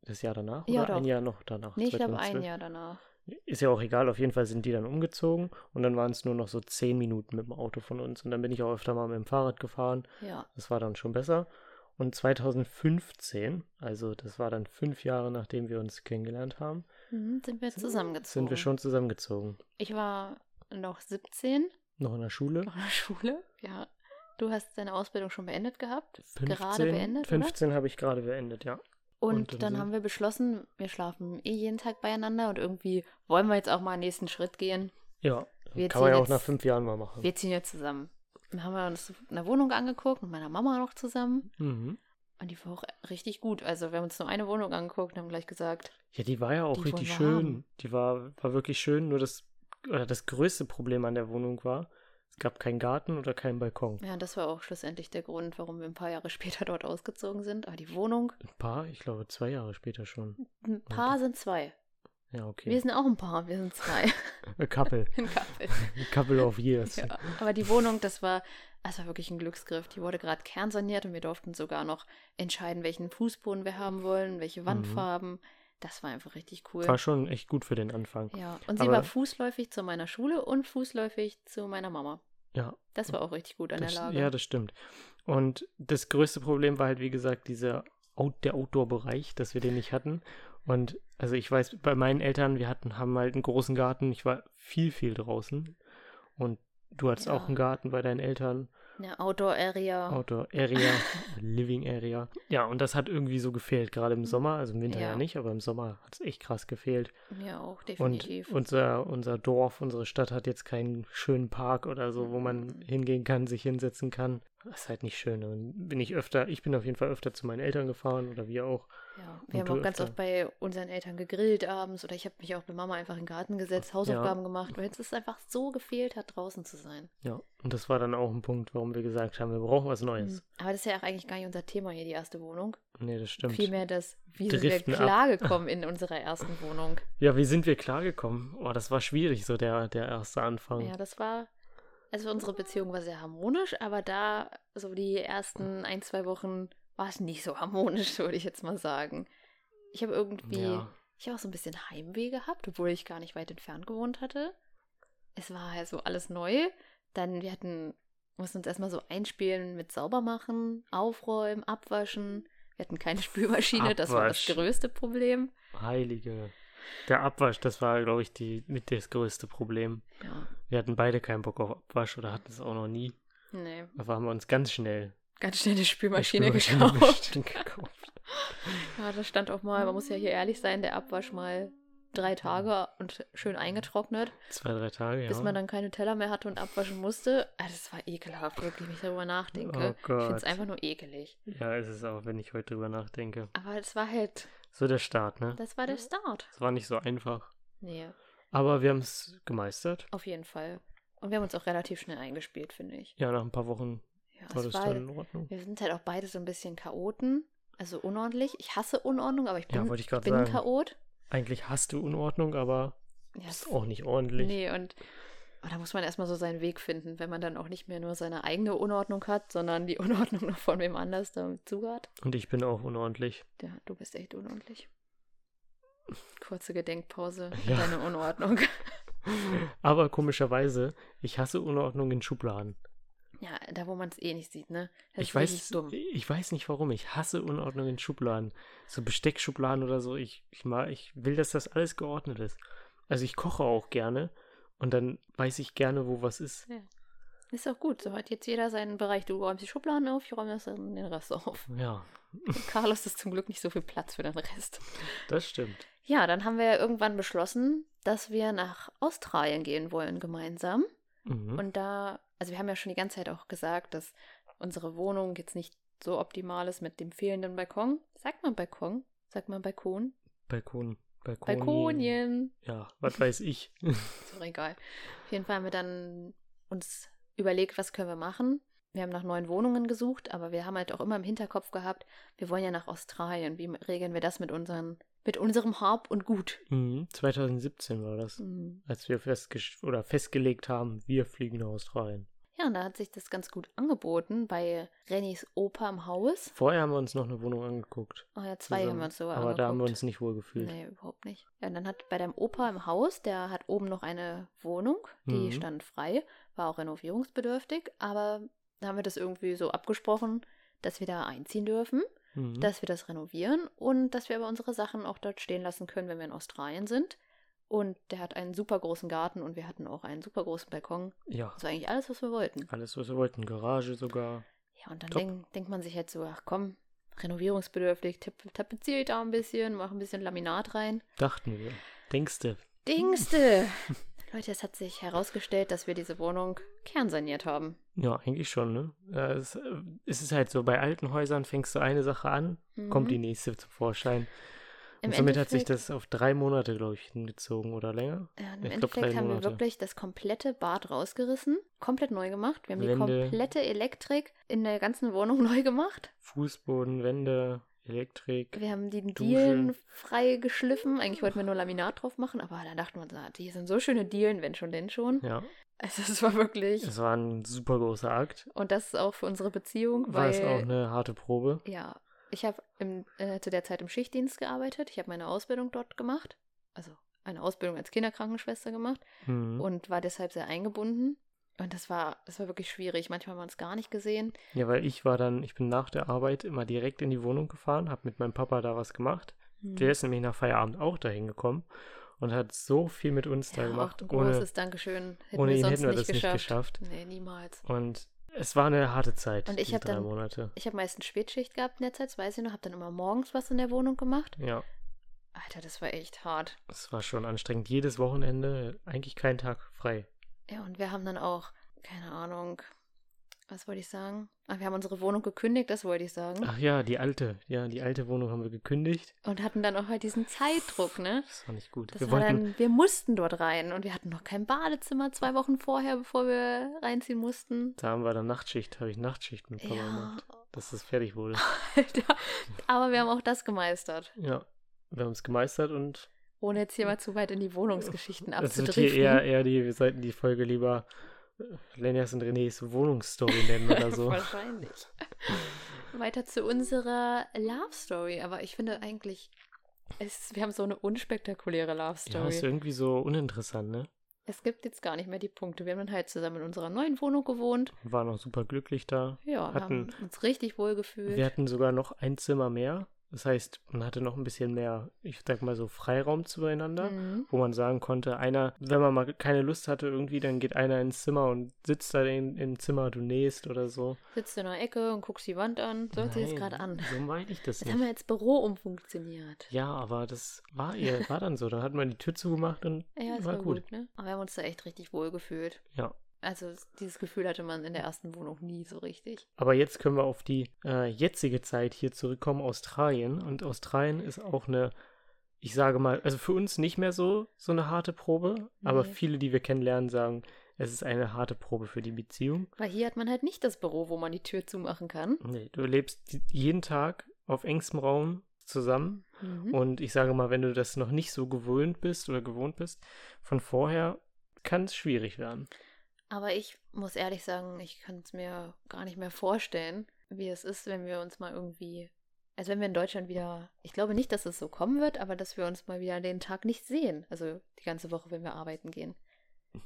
[SPEAKER 1] Das Jahr danach?
[SPEAKER 2] Ja,
[SPEAKER 1] oder ein
[SPEAKER 2] doch.
[SPEAKER 1] Jahr noch danach?
[SPEAKER 2] Nee, ich glaube ein
[SPEAKER 1] 2012?
[SPEAKER 2] Jahr danach.
[SPEAKER 1] Ist ja auch egal, auf jeden Fall sind die dann umgezogen und dann waren es nur noch so zehn Minuten mit dem Auto von uns und dann bin ich auch öfter mal mit dem Fahrrad gefahren.
[SPEAKER 2] Ja.
[SPEAKER 1] Das war dann schon besser. Und 2015, also das war dann fünf Jahre nachdem wir uns kennengelernt haben,
[SPEAKER 2] Mhm, sind wir
[SPEAKER 1] sind-
[SPEAKER 2] zusammengezogen.
[SPEAKER 1] sind wir schon zusammengezogen.
[SPEAKER 2] Ich war noch 17
[SPEAKER 1] Noch in der Schule.
[SPEAKER 2] noch in der [laughs] Schule. Ja. Du hast deine Ausbildung schon beendet gehabt.
[SPEAKER 1] 15,
[SPEAKER 2] gerade beendet, oder?
[SPEAKER 1] 15 habe ich gerade beendet, ja.
[SPEAKER 2] Und,
[SPEAKER 1] Und dann
[SPEAKER 2] dann
[SPEAKER 1] sind-
[SPEAKER 2] haben wir beschlossen, wir schlafen eh jeden Tag beieinander und irgendwie wollen wir jetzt auch mal einen nächsten Schritt gehen.
[SPEAKER 1] Ja,
[SPEAKER 2] Wir
[SPEAKER 1] kann man ja
[SPEAKER 2] ziehen
[SPEAKER 1] auch nach
[SPEAKER 2] jetzt-
[SPEAKER 1] fünf Jahren mal machen.
[SPEAKER 2] Wir ziehen jetzt zusammen. Dann haben wir uns eine Wohnung angeguckt, mit meiner Mama noch zusammen.
[SPEAKER 1] Mhm.
[SPEAKER 2] Und die war auch richtig gut. Also wir haben uns nur eine Wohnung angeguckt und haben gleich gesagt,
[SPEAKER 1] Ja, die war ja auch
[SPEAKER 2] Die
[SPEAKER 1] richtig
[SPEAKER 2] wollen wir
[SPEAKER 1] schön.
[SPEAKER 2] haben.
[SPEAKER 1] Die war, war wirklich schön, nur das, oder das größte Problem an der Wohnung war, es gab keinen Garten oder keinen Balkon.
[SPEAKER 2] ja, das war auch schlussendlich der Grund, warum wir ein paar Jahre [laughs] später dort ausgezogen sind. Aber die Wohnung,
[SPEAKER 1] Ein paar, ich glaube, zwei Jahre später schon.
[SPEAKER 2] ein Paar sind zwei.
[SPEAKER 1] Ja,
[SPEAKER 2] Wir
[SPEAKER 1] okay.
[SPEAKER 2] sind auch ein Paar, wir sind zwei. [laughs]
[SPEAKER 1] A couple.
[SPEAKER 2] In Kappel.
[SPEAKER 1] A couple of years. [laughs]
[SPEAKER 2] [laughs] Ja, aber die Wohnung, das war, das war wirklich ein Glücksgriff. Die wurde gerade kernsaniert und wir durften sogar noch entscheiden, welchen Fußboden wir haben wollen, welche Wandfarben. Das war einfach richtig cool.
[SPEAKER 1] Mhm. War schon echt gut für den Anfang.
[SPEAKER 2] Ja, und sie
[SPEAKER 1] Aber-
[SPEAKER 2] war fußläufig zu meiner Schule und fußläufig zu meiner Mama.
[SPEAKER 1] Ja,
[SPEAKER 2] Das war auch richtig gut an
[SPEAKER 1] das,
[SPEAKER 2] der Lage.
[SPEAKER 1] ja, das stimmt. Und das größte Problem war halt, wie gesagt, dieser Out, der Outdoor-Bereich, dass wir den nicht hatten. Und also ich weiß, bei meinen Eltern, wir hatten, haben halt einen großen Garten. Ich war viel, viel draußen. Und du hattest
[SPEAKER 2] Ja.
[SPEAKER 1] auch einen Garten bei deinen Eltern.
[SPEAKER 2] Eine Outdoor-Area.
[SPEAKER 1] Outdoor Area,
[SPEAKER 2] [laughs]
[SPEAKER 1] Living Area. Ja, und das hat irgendwie so gefehlt, gerade im Sommer, also im Winter ja,
[SPEAKER 2] Mhm. Ja.
[SPEAKER 1] nicht, aber im Sommer hat es echt krass gefehlt.
[SPEAKER 2] Mir auch,
[SPEAKER 1] Und
[SPEAKER 2] definitiv.
[SPEAKER 1] unser, unser Dorf, unsere Stadt hat jetzt keinen schönen Park oder so, wo man
[SPEAKER 2] Mhm.
[SPEAKER 1] hingehen kann, sich hinsetzen kann. Das ist halt nicht schön. Und bin ich öfter, ich bin auf jeden Fall öfter zu meinen Eltern gefahren oder wir auch.
[SPEAKER 2] ja, wir
[SPEAKER 1] und
[SPEAKER 2] haben
[SPEAKER 1] du
[SPEAKER 2] auch ganz
[SPEAKER 1] öfter.
[SPEAKER 2] oft bei unseren Eltern gegrillt abends oder ich habe mich auch bei Mama einfach in den Garten gesetzt, Hausaufgaben gemacht, weil es ist einfach so gefehlt hat, draußen zu sein.
[SPEAKER 1] Ja, und das war dann auch ein Punkt, warum wir gesagt haben, wir brauchen was Neues.
[SPEAKER 2] Aber das ist ja auch eigentlich gar nicht unser Thema hier, die erste Wohnung.
[SPEAKER 1] Nee, das stimmt.
[SPEAKER 2] Vielmehr das, wie sind wir
[SPEAKER 1] Driften ab. [laughs]
[SPEAKER 2] klargekommen in unserer ersten Wohnung.
[SPEAKER 1] Ja, wie sind wir klargekommen? Oh, das war schwierig, so der, der erste Anfang.
[SPEAKER 2] Ja, das war. Also unsere Beziehung war sehr harmonisch, aber da, so die ersten ein, zwei Wochen, war es nicht so harmonisch, [laughs] würde ich jetzt mal sagen. Ich habe irgendwie.
[SPEAKER 1] ja.
[SPEAKER 2] Ich habe auch so ein bisschen Heimweh gehabt, obwohl ich gar nicht weit entfernt gewohnt hatte. Es war ja so alles neu. Dann, wir hatten, mussten uns erstmal so einspielen mit Saubermachen, Aufräumen, Abwaschen. Wir hatten keine Spülmaschine, das war das
[SPEAKER 1] Abwasch.
[SPEAKER 2] größte Problem.
[SPEAKER 1] Heilige. Der Abwasch, das war, glaube ich, die, mit das größte Problem.
[SPEAKER 2] Ja,
[SPEAKER 1] Wir hatten beide keinen Bock auf Abwasch oder hatten es auch noch nie.
[SPEAKER 2] nee.
[SPEAKER 1] Aber haben wir uns ganz schnell
[SPEAKER 2] Ganz schnell eine
[SPEAKER 1] eine
[SPEAKER 2] Spülmaschine,
[SPEAKER 1] Spülmaschine
[SPEAKER 2] gekauft.
[SPEAKER 1] gekauft.
[SPEAKER 2] [laughs] Ja, das stand auch mal, man muss ja hier ehrlich sein, der Abwasch mal drei Tage und schön eingetrocknet,
[SPEAKER 1] Zwei, drei Tage, ja.
[SPEAKER 2] bis man dann keine Teller mehr hatte und abwaschen musste. Ah, das war ekelhaft, wirklich, wenn ich darüber nachdenke.
[SPEAKER 1] Oh
[SPEAKER 2] ich finde es
[SPEAKER 1] Gott.
[SPEAKER 2] einfach nur ekelig.
[SPEAKER 1] ja, ist es auch, wenn ich heute drüber nachdenke.
[SPEAKER 2] Aber es war halt,
[SPEAKER 1] So der Start, ne?
[SPEAKER 2] das war der Start.
[SPEAKER 1] Das war nicht so einfach.
[SPEAKER 2] Nee,
[SPEAKER 1] Aber wir haben es gemeistert.
[SPEAKER 2] auf jeden Fall. Und wir haben uns auch relativ schnell eingespielt, finde ich.
[SPEAKER 1] Ja, nach ein paar Wochen
[SPEAKER 2] Ja,
[SPEAKER 1] war
[SPEAKER 2] es
[SPEAKER 1] das
[SPEAKER 2] war,
[SPEAKER 1] dann in Ordnung.
[SPEAKER 2] wir sind halt auch beide so ein bisschen Chaoten, also unordentlich. Ich hasse Unordnung, aber ich
[SPEAKER 1] Ja,
[SPEAKER 2] bin,
[SPEAKER 1] wollte ich
[SPEAKER 2] ich
[SPEAKER 1] gerade
[SPEAKER 2] bin
[SPEAKER 1] sagen.
[SPEAKER 2] Chaot.
[SPEAKER 1] Eigentlich hast du Unordnung, aber
[SPEAKER 2] Ja,
[SPEAKER 1] ist
[SPEAKER 2] es-
[SPEAKER 1] auch nicht ordentlich.
[SPEAKER 2] Nee, und aber da muss man erstmal so seinen Weg finden, wenn man dann auch nicht mehr nur seine eigene Unordnung hat, sondern die [laughs] Unordnung noch von wem anders damit zuhört.
[SPEAKER 1] Und ich bin auch
[SPEAKER 2] [laughs]
[SPEAKER 1] unordentlich.
[SPEAKER 2] Ja, du bist echt unordentlich. Kurze Gedenkpause,
[SPEAKER 1] Ja.
[SPEAKER 2] deine Unordnung. [laughs]
[SPEAKER 1] Aber komischerweise, ich hasse Unordnung in Schubladen.
[SPEAKER 2] Ja, da wo man es eh nicht sieht, ne? Das
[SPEAKER 1] ich
[SPEAKER 2] ist
[SPEAKER 1] weiß,
[SPEAKER 2] richtig dumm.
[SPEAKER 1] ich weiß nicht warum. Ich hasse Unordnung in Schubladen. So Besteckschubladen oder so. Ich, ich, mag, ich will, dass das alles geordnet ist. Also ich koche auch gerne und dann weiß ich gerne, wo was ist.
[SPEAKER 2] Ist auch gut, so hat jetzt jeder seinen Bereich. Du räumst die Schubladen auf, ich räume das dann den
[SPEAKER 1] [laughs]
[SPEAKER 2] Rest auf.
[SPEAKER 1] Ja,
[SPEAKER 2] Carlos ist zum Glück nicht so viel Platz für den Rest.
[SPEAKER 1] das stimmt.
[SPEAKER 2] Ja, dann haben wir irgendwann beschlossen, dass wir nach Australien gehen wollen gemeinsam.
[SPEAKER 1] Mhm.
[SPEAKER 2] Und da, also wir haben ja schon die ganze Zeit auch gesagt, dass unsere Wohnung jetzt nicht so optimal ist mit dem fehlenden Balkon. Sagt man Balkon? Sagt man Balkon?
[SPEAKER 1] Balkon. Balkonien.
[SPEAKER 2] Balkonien.
[SPEAKER 1] Ja, was weiß ich. [laughs]
[SPEAKER 2] Ist auch egal. Auf jeden Fall haben wir dann uns überlegt, was können wir machen. Wir haben nach neuen Wohnungen gesucht, aber wir haben halt auch immer im Hinterkopf gehabt, wir wollen ja nach Australien. Wie regeln wir das mit, unseren, mit unserem Hab und Gut?
[SPEAKER 1] Mhm, 2017 war das,
[SPEAKER 2] Mhm.
[SPEAKER 1] als wir festgest oder festgelegt haben, wir fliegen nach Australien.
[SPEAKER 2] Ja, und da hat sich das ganz gut angeboten bei Rennys Opa im Haus.
[SPEAKER 1] Vorher haben wir uns noch eine Wohnung angeguckt.
[SPEAKER 2] Oh ja, zwei haben
[SPEAKER 1] zusammen,
[SPEAKER 2] wir uns sogar
[SPEAKER 1] Aber da haben wir
[SPEAKER 2] angeguckt.
[SPEAKER 1] uns nicht wohl gefühlt.
[SPEAKER 2] Nee, überhaupt nicht. Ja, und dann hat bei deinem Opa im Haus, der hat oben noch eine Wohnung, die
[SPEAKER 1] Mhm.
[SPEAKER 2] stand frei, war auch renovierungsbedürftig, aber da haben wir das irgendwie so abgesprochen, dass wir da einziehen dürfen,
[SPEAKER 1] Mhm.
[SPEAKER 2] dass wir das renovieren und dass wir aber unsere Sachen auch dort stehen lassen können, wenn wir in Australien sind. Und der hat einen super großen Garten und wir hatten auch einen super großen Balkon.
[SPEAKER 1] ja,
[SPEAKER 2] Das war eigentlich alles, was wir wollten.
[SPEAKER 1] alles, was wir wollten. Garage sogar.
[SPEAKER 2] Ja, und dann
[SPEAKER 1] Top.
[SPEAKER 2] denk, denkt man sich jetzt so, ach komm, renovierungsbedürftig, tap- tapeziere ich da ein bisschen, mache ein bisschen Laminat rein.
[SPEAKER 1] Dachten wir. Denkste. [laughs]
[SPEAKER 2] Dingste! Leute, es hat sich herausgestellt, dass wir diese Wohnung kernsaniert haben.
[SPEAKER 1] Ja, eigentlich schon, ne? Äh, es, äh, es ist halt so, bei alten Häusern fängst du eine Sache an, kommt die nächste zum Vorschein.
[SPEAKER 2] Mhm. Im
[SPEAKER 1] Und somit hat sich
[SPEAKER 2] Endeffekt-
[SPEAKER 1] das auf drei Monate, glaube ich, hingezogen oder länger.
[SPEAKER 2] Ja, Im
[SPEAKER 1] Ich glaub, drei
[SPEAKER 2] Endeffekt haben wir
[SPEAKER 1] Monate.
[SPEAKER 2] wirklich das komplette Bad rausgerissen, komplett neu gemacht. Wir haben die
[SPEAKER 1] Wände.
[SPEAKER 2] komplette Elektrik in der ganzen Wohnung [laughs] neu gemacht.
[SPEAKER 1] Fußboden, Wände, Elektrik.
[SPEAKER 2] Wir haben die
[SPEAKER 1] Dusche.
[SPEAKER 2] Dielen frei geschliffen. Eigentlich wollten wir nur Laminat drauf machen, aber da dachten wir uns, ah, die sind so schöne Dielen, wenn schon, denn schon.
[SPEAKER 1] Ja,
[SPEAKER 2] [laughs] Also es war wirklich...
[SPEAKER 1] es war ein super großer Akt.
[SPEAKER 2] Und das ist auch für unsere Beziehung,
[SPEAKER 1] War
[SPEAKER 2] weil...
[SPEAKER 1] es auch eine harte Probe.
[SPEAKER 2] Ja, ich habe äh, zu der Zeit im Schichtdienst gearbeitet. Ich habe meine Ausbildung dort gemacht. Also eine Ausbildung als Kinderkrankenschwester gemacht
[SPEAKER 1] Mhm.
[SPEAKER 2] und war deshalb sehr eingebunden. Und das war, das war wirklich schwierig. Manchmal haben wir uns gar nicht gesehen.
[SPEAKER 1] Ja, weil ich war dann, ich bin nach der Arbeit immer direkt in die Wohnung gefahren, habe mit meinem Papa da was gemacht.
[SPEAKER 2] Mhm.
[SPEAKER 1] Der ist nämlich nach Feierabend auch dahin gekommen und hat so viel mit uns da
[SPEAKER 2] ja, auch
[SPEAKER 1] gemacht.
[SPEAKER 2] ein
[SPEAKER 1] Ohne,
[SPEAKER 2] großes Dankeschön. Hätten
[SPEAKER 1] ohne
[SPEAKER 2] wir
[SPEAKER 1] ihn
[SPEAKER 2] sonst
[SPEAKER 1] hätten wir
[SPEAKER 2] nicht
[SPEAKER 1] das nicht
[SPEAKER 2] geschafft.
[SPEAKER 1] geschafft.
[SPEAKER 2] Nee, niemals.
[SPEAKER 1] Und es war eine harte Zeit,
[SPEAKER 2] Und ich
[SPEAKER 1] diese
[SPEAKER 2] hab
[SPEAKER 1] drei
[SPEAKER 2] dann-
[SPEAKER 1] Monate.
[SPEAKER 2] Ich habe meistens Spätschicht gehabt in der Zeit, das weiß ich noch. Habe dann immer morgens was in der Wohnung gemacht.
[SPEAKER 1] Ja,
[SPEAKER 2] Alter, das war echt hart.
[SPEAKER 1] es war schon anstrengend. Jedes Wochenende, eigentlich kein Tag frei.
[SPEAKER 2] Ja, und wir haben dann auch, keine Ahnung, was wollte ich sagen? Ah, wir haben unsere Wohnung gekündigt, das wollte ich sagen.
[SPEAKER 1] Ach ja, die alte, ja, die alte Wohnung haben wir gekündigt.
[SPEAKER 2] Und hatten dann auch halt diesen Zeitdruck, ne?
[SPEAKER 1] Das war nicht gut.
[SPEAKER 2] Das
[SPEAKER 1] wir
[SPEAKER 2] war
[SPEAKER 1] wollten,
[SPEAKER 2] dann, wir mussten dort rein und wir hatten noch kein Badezimmer zwei Wochen vorher, bevor wir reinziehen mussten. [laughs]
[SPEAKER 1] da haben wir dann Nachtschicht, habe ich Nachtschicht mit Papa
[SPEAKER 2] Ja.
[SPEAKER 1] gemacht, dass es fertig wurde.
[SPEAKER 2] Alter. Aber wir haben auch das gemeistert.
[SPEAKER 1] Ja, wir haben es gemeistert und
[SPEAKER 2] Ohne jetzt hier mal zu weit in die Wohnungsgeschichten
[SPEAKER 1] Das wird hier eher,
[SPEAKER 2] abzudriften.
[SPEAKER 1] eher die, wir sollten die Folge lieber äh, Lenjas und Renés Wohnungsstory nennen oder so.
[SPEAKER 2] [laughs] Wahrscheinlich. Weiter zu unserer Love Story. Aber ich finde eigentlich, es, wir haben so eine unspektakuläre Love
[SPEAKER 1] ja,
[SPEAKER 2] Story.
[SPEAKER 1] ist irgendwie so uninteressant, ne?
[SPEAKER 2] es gibt jetzt gar nicht mehr die Punkte. Wir haben dann halt zusammen in unserer neuen Wohnung gewohnt.
[SPEAKER 1] Wir waren auch super glücklich da.
[SPEAKER 2] Ja, wir
[SPEAKER 1] Hatten-
[SPEAKER 2] haben uns richtig wohl gefühlt.
[SPEAKER 1] Wir hatten sogar noch ein Zimmer mehr. Das heißt, man hatte noch ein bisschen mehr, ich sag mal so, Freiraum zueinander,
[SPEAKER 2] Mhm.
[SPEAKER 1] wo man sagen konnte, einer, wenn man mal keine Lust hatte irgendwie, dann geht einer ins Zimmer und sitzt da in, im Zimmer, du nähst oder so.
[SPEAKER 2] Sitzt in der Ecke und guckst die Wand an. So hört sich das
[SPEAKER 1] Nein,
[SPEAKER 2] gerade an.
[SPEAKER 1] So meine ich das
[SPEAKER 2] Das haben wir
[SPEAKER 1] nicht.
[SPEAKER 2] jetzt Büro umfunktioniert.
[SPEAKER 1] Ja, aber das war ihr, war dann so. Dann hat man die Tür zugemacht und
[SPEAKER 2] Ja, das
[SPEAKER 1] war
[SPEAKER 2] war,
[SPEAKER 1] gut.
[SPEAKER 2] gut. ne? Aber wir haben uns da echt richtig wohl gefühlt.
[SPEAKER 1] Ja.
[SPEAKER 2] Also es- dieses Gefühl hatte man in der ersten Wohnung nie so richtig.
[SPEAKER 1] Aber jetzt können wir auf die äh, jetzige Zeit hier zurückkommen, Australien. Und Australien ist auch eine, ich sage mal, also für uns nicht mehr so, so eine harte Probe, aber
[SPEAKER 2] Nee.
[SPEAKER 1] viele, die wir kennenlernen, sagen, es ist eine harte Probe für die Beziehung.
[SPEAKER 2] Weil hier hat man halt nicht das Büro, wo man die Tür zumachen kann.
[SPEAKER 1] Nee, du lebst die- jeden Tag auf engstem Raum zusammen.
[SPEAKER 2] Mhm.
[SPEAKER 1] Und ich sage mal, wenn du das noch nicht so gewöhnt bist oder gewohnt bist, von vorher kann es schwierig werden.
[SPEAKER 2] Aber ich muss ehrlich sagen, ich kann es mir gar nicht mehr vorstellen, wie es ist, wenn wir uns mal irgendwie. Also wenn wir in Deutschland wieder, ich glaube nicht, dass es so kommen wird, aber dass wir uns mal wieder den Tag nicht sehen. Also die ganze Woche, wenn wir arbeiten gehen.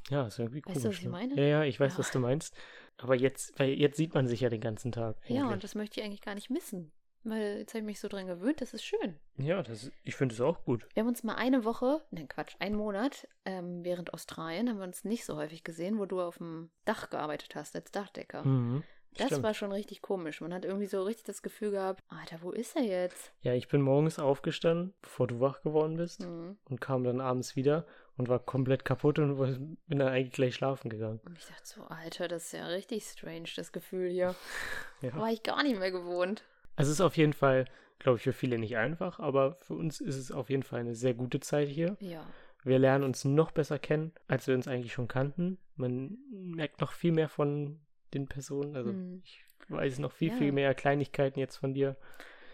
[SPEAKER 1] Ja, ist irgendwie komisch.
[SPEAKER 2] Weißt du, was ich
[SPEAKER 1] ne?
[SPEAKER 2] meine?
[SPEAKER 1] Ja, ja, ich weiß,
[SPEAKER 2] Ja.
[SPEAKER 1] was du meinst. Aber jetzt, weil jetzt sieht man sich ja den ganzen Tag.
[SPEAKER 2] Ja,
[SPEAKER 1] eigentlich.
[SPEAKER 2] und das möchte ich eigentlich gar nicht missen. Weil jetzt habe ich mich so dran gewöhnt, das ist schön.
[SPEAKER 1] Ja, das, ich finde es auch gut.
[SPEAKER 2] Wir haben uns mal eine Woche, nein Quatsch, einen Monat, ähm, während Australien haben wir uns nicht so häufig gesehen, wo du auf dem Dach gearbeitet hast als Dachdecker.
[SPEAKER 1] Mhm.
[SPEAKER 2] das
[SPEAKER 1] stimmt.
[SPEAKER 2] war schon richtig komisch. Man hat irgendwie so richtig das Gefühl gehabt, Alter, wo ist er jetzt?
[SPEAKER 1] ja, ich bin morgens aufgestanden, bevor du wach geworden bist
[SPEAKER 2] Mhm.
[SPEAKER 1] und kam dann abends wieder und war komplett kaputt und [laughs] woll- bin dann eigentlich gleich schlafen gegangen.
[SPEAKER 2] Und ich dachte so, Alter, das ist ja richtig strange, das Gefühl hier.
[SPEAKER 1] [laughs] Ja.
[SPEAKER 2] War ich gar nicht mehr gewohnt.
[SPEAKER 1] Also es ist auf jeden Fall, glaube ich, für viele nicht einfach, aber für uns ist es auf jeden Fall eine sehr gute Zeit hier.
[SPEAKER 2] Ja.
[SPEAKER 1] Wir lernen uns noch besser kennen, als wir uns eigentlich schon kannten. Man merkt noch viel mehr von den Personen. Also
[SPEAKER 2] Hm.
[SPEAKER 1] ich weiß noch viel,
[SPEAKER 2] Ja.
[SPEAKER 1] viel mehr Kleinigkeiten jetzt von dir.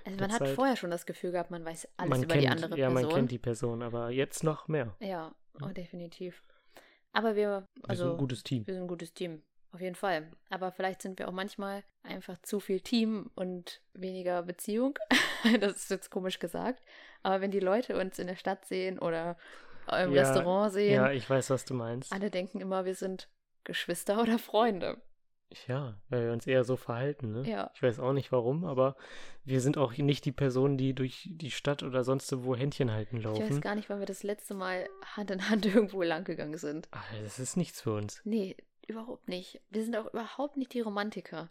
[SPEAKER 2] Also
[SPEAKER 1] der
[SPEAKER 2] man hat
[SPEAKER 1] Zeit.
[SPEAKER 2] vorher schon das Gefühl gehabt, man weiß alles
[SPEAKER 1] man
[SPEAKER 2] über
[SPEAKER 1] kennt,
[SPEAKER 2] die andere
[SPEAKER 1] ja,
[SPEAKER 2] Person.
[SPEAKER 1] man kennt die Person, aber jetzt noch mehr.
[SPEAKER 2] Ja, oh,
[SPEAKER 1] Ja.
[SPEAKER 2] definitiv. Aber wir,
[SPEAKER 1] Wir sind
[SPEAKER 2] also
[SPEAKER 1] ein gutes Team.
[SPEAKER 2] wir sind ein gutes Team, auf jeden Fall. Aber vielleicht sind wir auch manchmal einfach zu viel Team und weniger Beziehung. [laughs] das ist jetzt komisch gesagt. Aber wenn die Leute uns in der Stadt sehen oder im
[SPEAKER 1] Ja,
[SPEAKER 2] Restaurant sehen,
[SPEAKER 1] Ja, ich weiß, was du meinst.
[SPEAKER 2] alle denken immer, wir sind Geschwister oder Freunde.
[SPEAKER 1] Ja, weil wir uns eher so verhalten. Ne?
[SPEAKER 2] Ja.
[SPEAKER 1] Ich weiß auch nicht warum, aber wir sind auch nicht die Personen, die durch die Stadt oder sonst wo Händchen halten
[SPEAKER 2] Ich weiß
[SPEAKER 1] laufen.
[SPEAKER 2] gar nicht, wann wir das letzte Mal Hand in Hand [laughs] irgendwo lang gegangen sind.
[SPEAKER 1] Ach, Ah, das ist nichts für uns. [laughs]
[SPEAKER 2] Nee, überhaupt nicht. Wir sind auch überhaupt nicht
[SPEAKER 1] [laughs]
[SPEAKER 2] die Romantiker.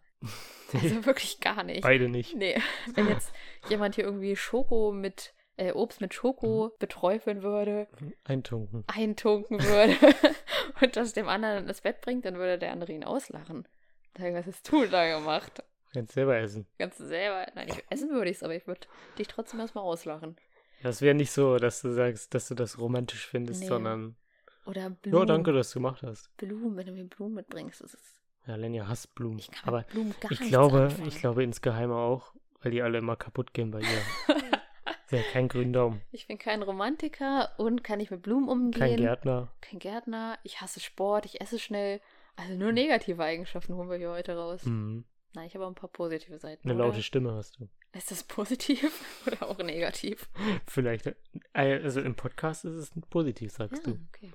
[SPEAKER 2] Also wirklich gar nicht.
[SPEAKER 1] Beide nicht.
[SPEAKER 2] Nee, [laughs] wenn jetzt jemand hier irgendwie Schoko mit, äh, Obst mit
[SPEAKER 1] Mhm.
[SPEAKER 2] Schoko beträufeln würde,
[SPEAKER 1] Eintunken.
[SPEAKER 2] eintunken würde [laughs] und das dem anderen ins Bett bringt, dann würde der andere ihn auslachen. Sagen, was hast du da gemacht?
[SPEAKER 1] Kannst selber essen.
[SPEAKER 2] Ganz selber. Nein, ich essen würde ich es, aber ich würde dich trotzdem erstmal auslachen.
[SPEAKER 1] Das wäre nicht so, dass du sagst, dass du das romantisch findest,
[SPEAKER 2] Nee.
[SPEAKER 1] sondern
[SPEAKER 2] Oder Blumen.
[SPEAKER 1] ja, danke, dass du gemacht hast.
[SPEAKER 2] Blumen, wenn du mir Blumen mitbringst. Das ist,
[SPEAKER 1] Ja, Lenja hasst Blumen.
[SPEAKER 2] ich kann
[SPEAKER 1] aber
[SPEAKER 2] mit Blumen gar
[SPEAKER 1] ich
[SPEAKER 2] nichts
[SPEAKER 1] glaube,
[SPEAKER 2] anfangen.
[SPEAKER 1] ich glaube insgeheim auch, weil die alle immer kaputt gehen bei
[SPEAKER 2] [laughs]
[SPEAKER 1] ihr. Sie hat keinen grünen Daumen,
[SPEAKER 2] Ich bin kein Romantiker und kann nicht mit Blumen umgehen.
[SPEAKER 1] kein Gärtner.
[SPEAKER 2] kein Gärtner, ich hasse Sport, ich esse schnell. Also nur negative Eigenschaften holen wir hier heute raus.
[SPEAKER 1] Mhm.
[SPEAKER 2] Nein, ich habe auch ein paar positive Seiten.
[SPEAKER 1] Eine
[SPEAKER 2] oder?
[SPEAKER 1] laute Stimme hast du.
[SPEAKER 2] Ist das positiv [laughs] oder auch negativ?
[SPEAKER 1] Vielleicht, äh, also im Podcast ist es positiv, sagst
[SPEAKER 2] Ja,
[SPEAKER 1] du.
[SPEAKER 2] okay.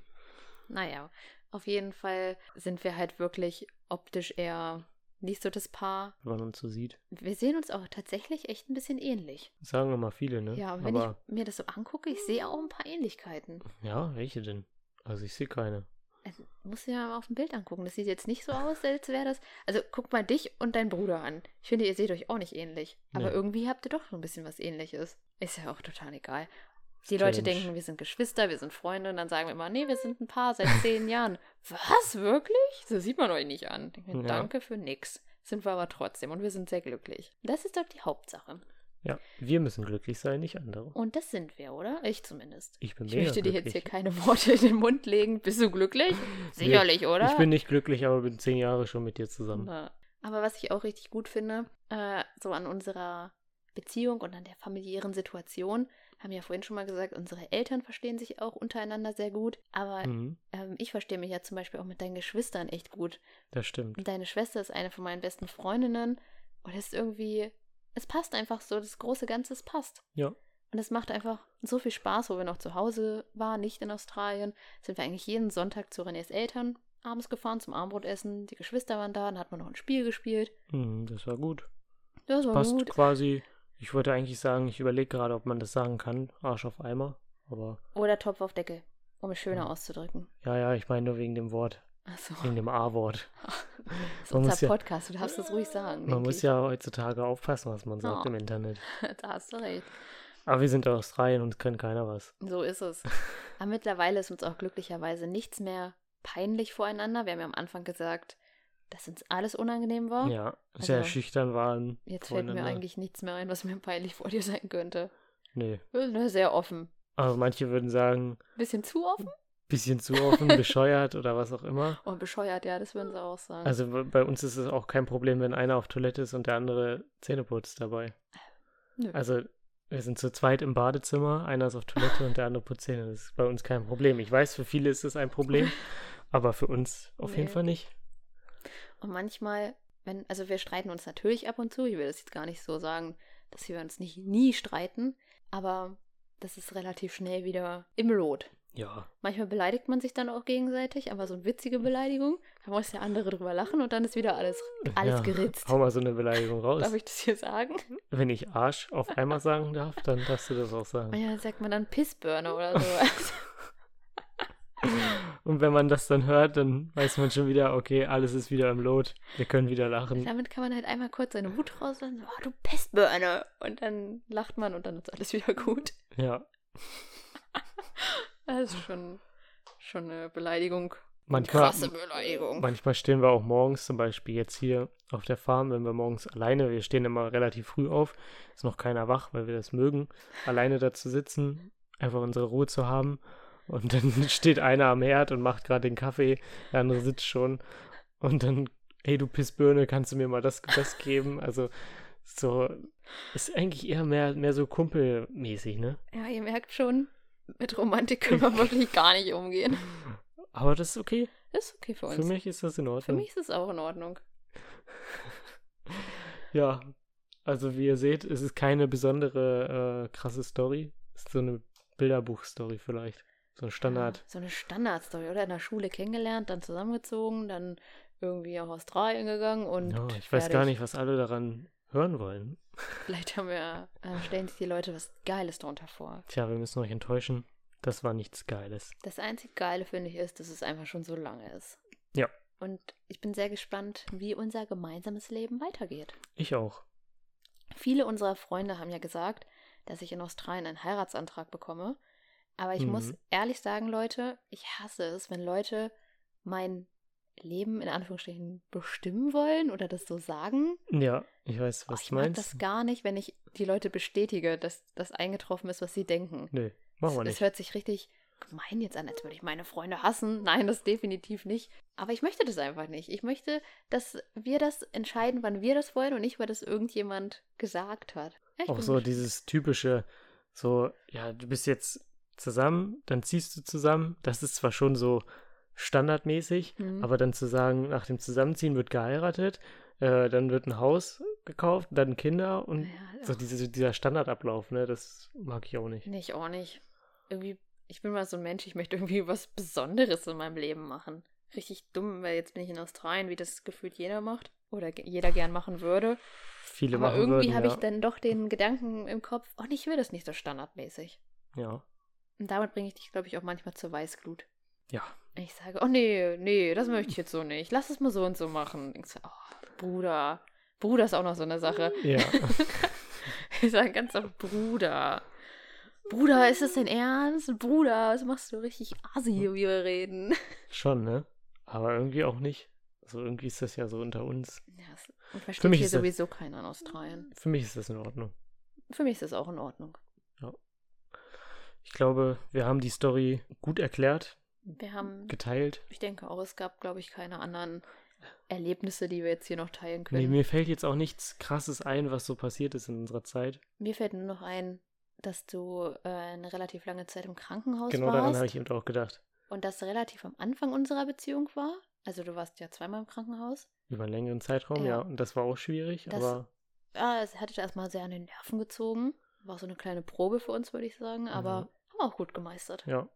[SPEAKER 2] Naja, auf jeden Fall sind wir halt wirklich optisch eher nicht so das Paar.
[SPEAKER 1] wenn man uns so sieht.
[SPEAKER 2] Wir sehen uns auch tatsächlich echt ein bisschen ähnlich.
[SPEAKER 1] Das sagen immer viele, ne?
[SPEAKER 2] Ja, und wenn
[SPEAKER 1] Aber
[SPEAKER 2] ich mir das so angucke, ich sehe auch ein paar Ähnlichkeiten.
[SPEAKER 1] ja, welche denn? Also ich sehe keine.
[SPEAKER 2] Also, musst du dir mal auf dem Bild angucken. Das sieht jetzt nicht so aus, als wäre das. Also guck mal dich und deinen Bruder an. Ich finde, ihr seht euch auch nicht ähnlich. Aber
[SPEAKER 1] Nee.
[SPEAKER 2] irgendwie habt ihr doch so ein bisschen was ähnliches. Ist ja auch total egal. Die
[SPEAKER 1] Strange.
[SPEAKER 2] Leute denken, wir sind Geschwister, wir sind Freunde und dann sagen wir immer, nee, wir sind ein Paar seit [laughs] zehn Jahren. Was? Wirklich? So sieht man euch nicht an. Ich denke, mir,
[SPEAKER 1] Ja.
[SPEAKER 2] Danke für nix. Sind wir aber trotzdem und wir sind sehr glücklich. Das ist doch die Hauptsache.
[SPEAKER 1] Ja, wir müssen glücklich sein, nicht andere.
[SPEAKER 2] Und das sind wir, oder? Ich zumindest.
[SPEAKER 1] Ich bin
[SPEAKER 2] Oh, Ich
[SPEAKER 1] mega
[SPEAKER 2] möchte dir
[SPEAKER 1] glücklich.
[SPEAKER 2] jetzt hier keine Worte in den Mund legen. Bist du glücklich? Sicherlich, oder?
[SPEAKER 1] Ich bin nicht glücklich, aber bin zehn Jahre schon mit dir zusammen.
[SPEAKER 2] Na. Aber was ich auch richtig gut finde, äh, so an unserer Beziehung und an der familiären Situation, haben wir ja vorhin schon mal gesagt, unsere Eltern verstehen sich auch untereinander sehr gut. Aber
[SPEAKER 1] Mhm,
[SPEAKER 2] ähm, ich verstehe mich ja zum Beispiel auch mit deinen Geschwistern echt gut.
[SPEAKER 1] das stimmt.
[SPEAKER 2] Und deine Schwester ist eine von meinen besten Freundinnen und es ist irgendwie, es passt einfach so, das große Ganze, es passt.
[SPEAKER 1] Ja.
[SPEAKER 2] Und es macht einfach so viel Spaß, wo wir noch zu Hause waren, nicht in Australien, sind wir eigentlich jeden Sonntag zu Renés Eltern abends gefahren zum Abendbrotessen. Die Geschwister waren da, dann hat man noch ein Spiel gespielt.
[SPEAKER 1] Mhm, das war gut.
[SPEAKER 2] Das war
[SPEAKER 1] Passt
[SPEAKER 2] gut.
[SPEAKER 1] quasi. Ich wollte eigentlich sagen, ich überlege gerade, ob man das sagen kann. Arsch auf Eimer. Aber
[SPEAKER 2] Oder Topf auf Deckel, um es schöner
[SPEAKER 1] Ja.
[SPEAKER 2] auszudrücken.
[SPEAKER 1] ja, ja, ich meine nur wegen dem Wort,
[SPEAKER 2] Achso, [laughs]
[SPEAKER 1] wegen dem A-Wort.
[SPEAKER 2] das ist
[SPEAKER 1] man muss
[SPEAKER 2] unser
[SPEAKER 1] ja-
[SPEAKER 2] Podcast, du darfst das ruhig sagen.
[SPEAKER 1] Man
[SPEAKER 2] denk
[SPEAKER 1] muss
[SPEAKER 2] ich.
[SPEAKER 1] ja heutzutage aufpassen, was man sagt
[SPEAKER 2] Ja.
[SPEAKER 1] im Internet.
[SPEAKER 2] [laughs] da hast du recht.
[SPEAKER 1] Aber wir sind aus Australien und können keiner was.
[SPEAKER 2] So ist [laughs] es. Aber mittlerweile ist uns auch glücklicherweise nichts mehr peinlich voreinander. Wir haben ja am Anfang gesagt, dass uns alles unangenehm war.
[SPEAKER 1] Ja, sehr
[SPEAKER 2] Also,
[SPEAKER 1] schüchtern waren. ne?
[SPEAKER 2] Jetzt fällt mir
[SPEAKER 1] voreinander.
[SPEAKER 2] eigentlich nichts mehr ein, was mir peinlich vor dir sein könnte.
[SPEAKER 1] Nee.
[SPEAKER 2] Wir sind ja sehr offen.
[SPEAKER 1] Aber manche würden sagen,
[SPEAKER 2] Bisschen zu offen
[SPEAKER 1] bisschen zu
[SPEAKER 2] [laughs]
[SPEAKER 1] offen, bescheuert oder was auch immer.
[SPEAKER 2] und bescheuert, ja, das würden sie auch sagen.
[SPEAKER 1] Also bei- bei uns ist es auch kein Problem, wenn einer auf Toilette ist und der andere Zähne putzt dabei.
[SPEAKER 2] Nö.
[SPEAKER 1] Also wir sind zu zweit im Badezimmer, einer ist auf Toilette und der andere putzt Zähne. Das ist bei uns kein Problem. Ich weiß, für viele ist es ein
[SPEAKER 2] [laughs]
[SPEAKER 1] Problem, aber für uns auf jeden
[SPEAKER 2] Nee.
[SPEAKER 1] Fall nicht.
[SPEAKER 2] Und manchmal, wenn, also wir streiten uns natürlich ab und zu. Ich will das jetzt gar nicht so sagen, dass wir uns nicht nie streiten, aber das ist relativ schnell wieder im Lot.
[SPEAKER 1] Ja,
[SPEAKER 2] Manchmal beleidigt man sich dann auch gegenseitig, aber so eine witzige Beleidigung, da muss der andere drüber lachen und dann ist wieder alles,
[SPEAKER 1] ja.
[SPEAKER 2] alles geritzt.
[SPEAKER 1] Hau mal so eine Beleidigung raus.
[SPEAKER 2] [laughs] Darf ich das hier sagen?
[SPEAKER 1] Wenn ich Arsch auf einmal sagen darf, dann darfst du das auch sagen.
[SPEAKER 2] Ah Ja, dann sagt man dann Pissbirne oder
[SPEAKER 1] [laughs]
[SPEAKER 2] so.
[SPEAKER 1] Und wenn man das dann hört, dann weiß man schon wieder, okay, alles ist wieder im Lot. Wir können wieder lachen.
[SPEAKER 2] Damit kann man halt einmal kurz seine Wut rauslassen. Oh, du Pissbirne! Und dann lacht man und dann ist alles wieder gut.
[SPEAKER 1] Ja,
[SPEAKER 2] Das ist schon, schon eine Beleidigung.
[SPEAKER 1] manchmal,
[SPEAKER 2] Krasse Beleidigung.
[SPEAKER 1] manchmal stehen wir auch morgens, zum Beispiel jetzt hier auf der Farm, wenn wir morgens alleine, wir stehen immer relativ früh auf, ist noch keiner wach, weil wir das mögen, alleine da zu sitzen, einfach unsere Ruhe zu haben. Und dann [laughs] steht einer am Herd und macht gerade den Kaffee, der andere sitzt schon. Und dann, hey du Pissbirne, kannst du mir mal das, das geben? Also so, ist eigentlich eher mehr, mehr so kumpelmäßig, ne?
[SPEAKER 2] Ja, ihr merkt schon, mit Romantik können wir wirklich gar
[SPEAKER 1] [laughs]
[SPEAKER 2] nicht umgehen.
[SPEAKER 1] Aber das ist okay.
[SPEAKER 2] Ist okay für uns.
[SPEAKER 1] Für mich ist das in
[SPEAKER 2] Für
[SPEAKER 1] Ordnung.
[SPEAKER 2] mich ist es auch in Ordnung.
[SPEAKER 1] Ja. Also wie ihr seht, es ist keine besondere äh, krasse Story. Es ist so eine Bilderbuch-Story vielleicht. So ein Standard.
[SPEAKER 2] So eine Standardstory, oder? In der Schule kennengelernt, dann zusammengezogen, dann irgendwie auch Australien gegangen und.
[SPEAKER 1] Ja, ich weiß
[SPEAKER 2] fertig.
[SPEAKER 1] gar nicht, was alle daran hören wollen.
[SPEAKER 2] Vielleicht haben wir, äh, stellen sich die Leute was Geiles darunter vor.
[SPEAKER 1] Tja, wir müssen euch enttäuschen. Das war nichts Geiles.
[SPEAKER 2] Das einzig Geile, finde ich, ist, dass es einfach schon so lange ist.
[SPEAKER 1] Ja.
[SPEAKER 2] Und ich bin sehr gespannt, wie unser gemeinsames Leben weitergeht.
[SPEAKER 1] Ich auch.
[SPEAKER 2] Viele unserer Freunde haben ja gesagt, dass ich in Australien einen Heiratsantrag bekomme. Aber ich muss
[SPEAKER 1] Mhm.
[SPEAKER 2] ehrlich sagen, Leute, ich hasse es, wenn Leute mein Leben in Anführungsstrichen bestimmen wollen oder das so sagen.
[SPEAKER 1] Ja, ich weiß,
[SPEAKER 2] Oh,
[SPEAKER 1] was
[SPEAKER 2] ich
[SPEAKER 1] du
[SPEAKER 2] mag
[SPEAKER 1] meinst.
[SPEAKER 2] das gar nicht, wenn ich die Leute bestätige, dass das eingetroffen ist, was sie denken.
[SPEAKER 1] Nö, machen wir
[SPEAKER 2] Es- Es
[SPEAKER 1] nicht.
[SPEAKER 2] hört sich richtig gemein jetzt an, als würde ich meine Freunde hassen. [laughs] Nein, das definitiv nicht. Aber ich möchte das einfach nicht. Ich möchte, dass wir das entscheiden, wann wir das wollen und nicht, weil das irgendjemand gesagt hat. Ja, ich
[SPEAKER 1] Auch
[SPEAKER 2] bin
[SPEAKER 1] so
[SPEAKER 2] gesch-
[SPEAKER 1] dieses typische, so, ja, du bist jetzt zusammen, dann ziehst du zusammen. Das ist zwar schon so standardmäßig,
[SPEAKER 2] Mhm.
[SPEAKER 1] aber dann zu sagen, nach dem Zusammenziehen wird geheiratet, äh, dann wird ein Haus gekauft, dann Kinder und
[SPEAKER 2] Ah Ja, Mhm.
[SPEAKER 1] so
[SPEAKER 2] ach,
[SPEAKER 1] diese, dieser Standardablauf, ne, das mag ich auch nicht.
[SPEAKER 2] nee, ich auch nicht. Irgendwie, ich bin mal so ein Mensch, ich möchte irgendwie was Besonderes in meinem Leben machen. Richtig dumm, weil jetzt bin ich in Australien, wie das gefühlt jeder macht oder ge- jeder gern machen würde.
[SPEAKER 1] Viele
[SPEAKER 2] Aber
[SPEAKER 1] machen
[SPEAKER 2] irgendwie
[SPEAKER 1] würden,
[SPEAKER 2] habe
[SPEAKER 1] ja.
[SPEAKER 2] ich dann doch den Gedanken im Kopf, oh, nee, ich will das nicht so standardmäßig.
[SPEAKER 1] ja.
[SPEAKER 2] Und damit bringe ich dich, glaube ich, auch manchmal zur Weißglut.
[SPEAKER 1] Ja,
[SPEAKER 2] Ich sage, oh nee, nee, das möchte ich jetzt so nicht. Lass es mal so und so machen. Denkst du, oh, Bruder. Bruder ist auch noch so eine Sache. [laughs]
[SPEAKER 1] ja. [laughs]
[SPEAKER 2] Ich sage ganz oft, Bruder. Bruder, ist das dein Ernst? Bruder, was machst du richtig assi, wie wir reden?
[SPEAKER 1] schon, ne? Aber irgendwie auch nicht. So irgendwie ist das ja so unter uns.
[SPEAKER 2] Ja, es- und versteht
[SPEAKER 1] Für mich
[SPEAKER 2] hier
[SPEAKER 1] ist das-
[SPEAKER 2] sowieso keiner in Australien.
[SPEAKER 1] Für mich ist das in Ordnung.
[SPEAKER 2] Für mich ist das auch in Ordnung.
[SPEAKER 1] Ich glaube, wir haben die Story gut erklärt,
[SPEAKER 2] Wir haben,
[SPEAKER 1] geteilt.
[SPEAKER 2] ich denke auch, es gab, glaube ich, keine anderen Erlebnisse, die wir jetzt hier noch teilen
[SPEAKER 1] Nee,
[SPEAKER 2] können.
[SPEAKER 1] mir fällt jetzt auch nichts Krasses ein, was so passiert ist in unserer Zeit.
[SPEAKER 2] Mir fällt nur noch ein, dass du äh, eine relativ lange Zeit im Krankenhaus
[SPEAKER 1] genau
[SPEAKER 2] warst.
[SPEAKER 1] daran habe ich eben auch gedacht.
[SPEAKER 2] Und das relativ am Anfang unserer Beziehung war. Also du warst ja zweimal im Krankenhaus.
[SPEAKER 1] Über einen längeren Zeitraum,
[SPEAKER 2] Ja.
[SPEAKER 1] ja. Und das war auch schwierig,
[SPEAKER 2] Das-
[SPEAKER 1] aber
[SPEAKER 2] Ja, es hatte erstmal sehr an den Nerven gezogen. War so eine kleine Probe für uns, würde ich sagen. Aber
[SPEAKER 1] Mhm.
[SPEAKER 2] haben wir auch gut gemeistert.
[SPEAKER 1] ja.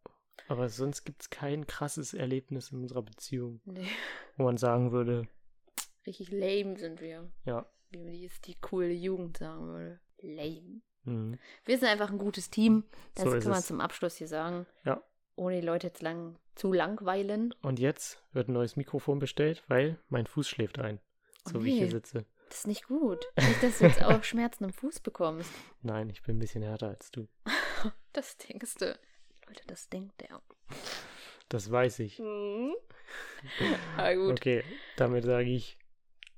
[SPEAKER 1] Aber sonst gibt es kein krasses Erlebnis in unserer Beziehung,
[SPEAKER 2] Nee,
[SPEAKER 1] wo man sagen würde,
[SPEAKER 2] richtig lame sind wir.
[SPEAKER 1] ja,
[SPEAKER 2] Wie man jetzt die coole Jugend sagen würde. Lame.
[SPEAKER 1] mhm.
[SPEAKER 2] Wir sind einfach ein gutes Team. Das
[SPEAKER 1] so
[SPEAKER 2] kann
[SPEAKER 1] ist
[SPEAKER 2] man
[SPEAKER 1] es.
[SPEAKER 2] zum Abschluss hier sagen.
[SPEAKER 1] Ja.
[SPEAKER 2] Ohne die Leute jetzt lang zu langweilen.
[SPEAKER 1] Und jetzt wird ein neues Mikrofon bestellt, weil mein Fuß schläft ein.
[SPEAKER 2] Oh
[SPEAKER 1] So wie ich hier
[SPEAKER 2] nee.
[SPEAKER 1] sitze.
[SPEAKER 2] Das ist nicht gut. Nicht, dass du jetzt auch Schmerzen im Fuß bekommst.
[SPEAKER 1] Nein, ich bin ein bisschen härter als du.
[SPEAKER 2] Das denkst du. Leute, das denkt der.
[SPEAKER 1] Das weiß ich. [laughs]
[SPEAKER 2] Mhm. Ah, gut.
[SPEAKER 1] Okay, damit sage ich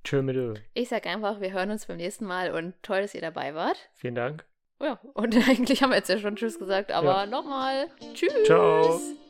[SPEAKER 1] Tschö mit Ö.
[SPEAKER 2] Ich sag einfach, wir hören uns beim nächsten Mal und toll, dass ihr dabei wart.
[SPEAKER 1] Vielen Dank.
[SPEAKER 2] [laughs] Ja, und eigentlich haben wir jetzt ja schon Tschüss gesagt, aber
[SPEAKER 1] Ja.
[SPEAKER 2] nochmal. Tschüss.
[SPEAKER 1] Ciao.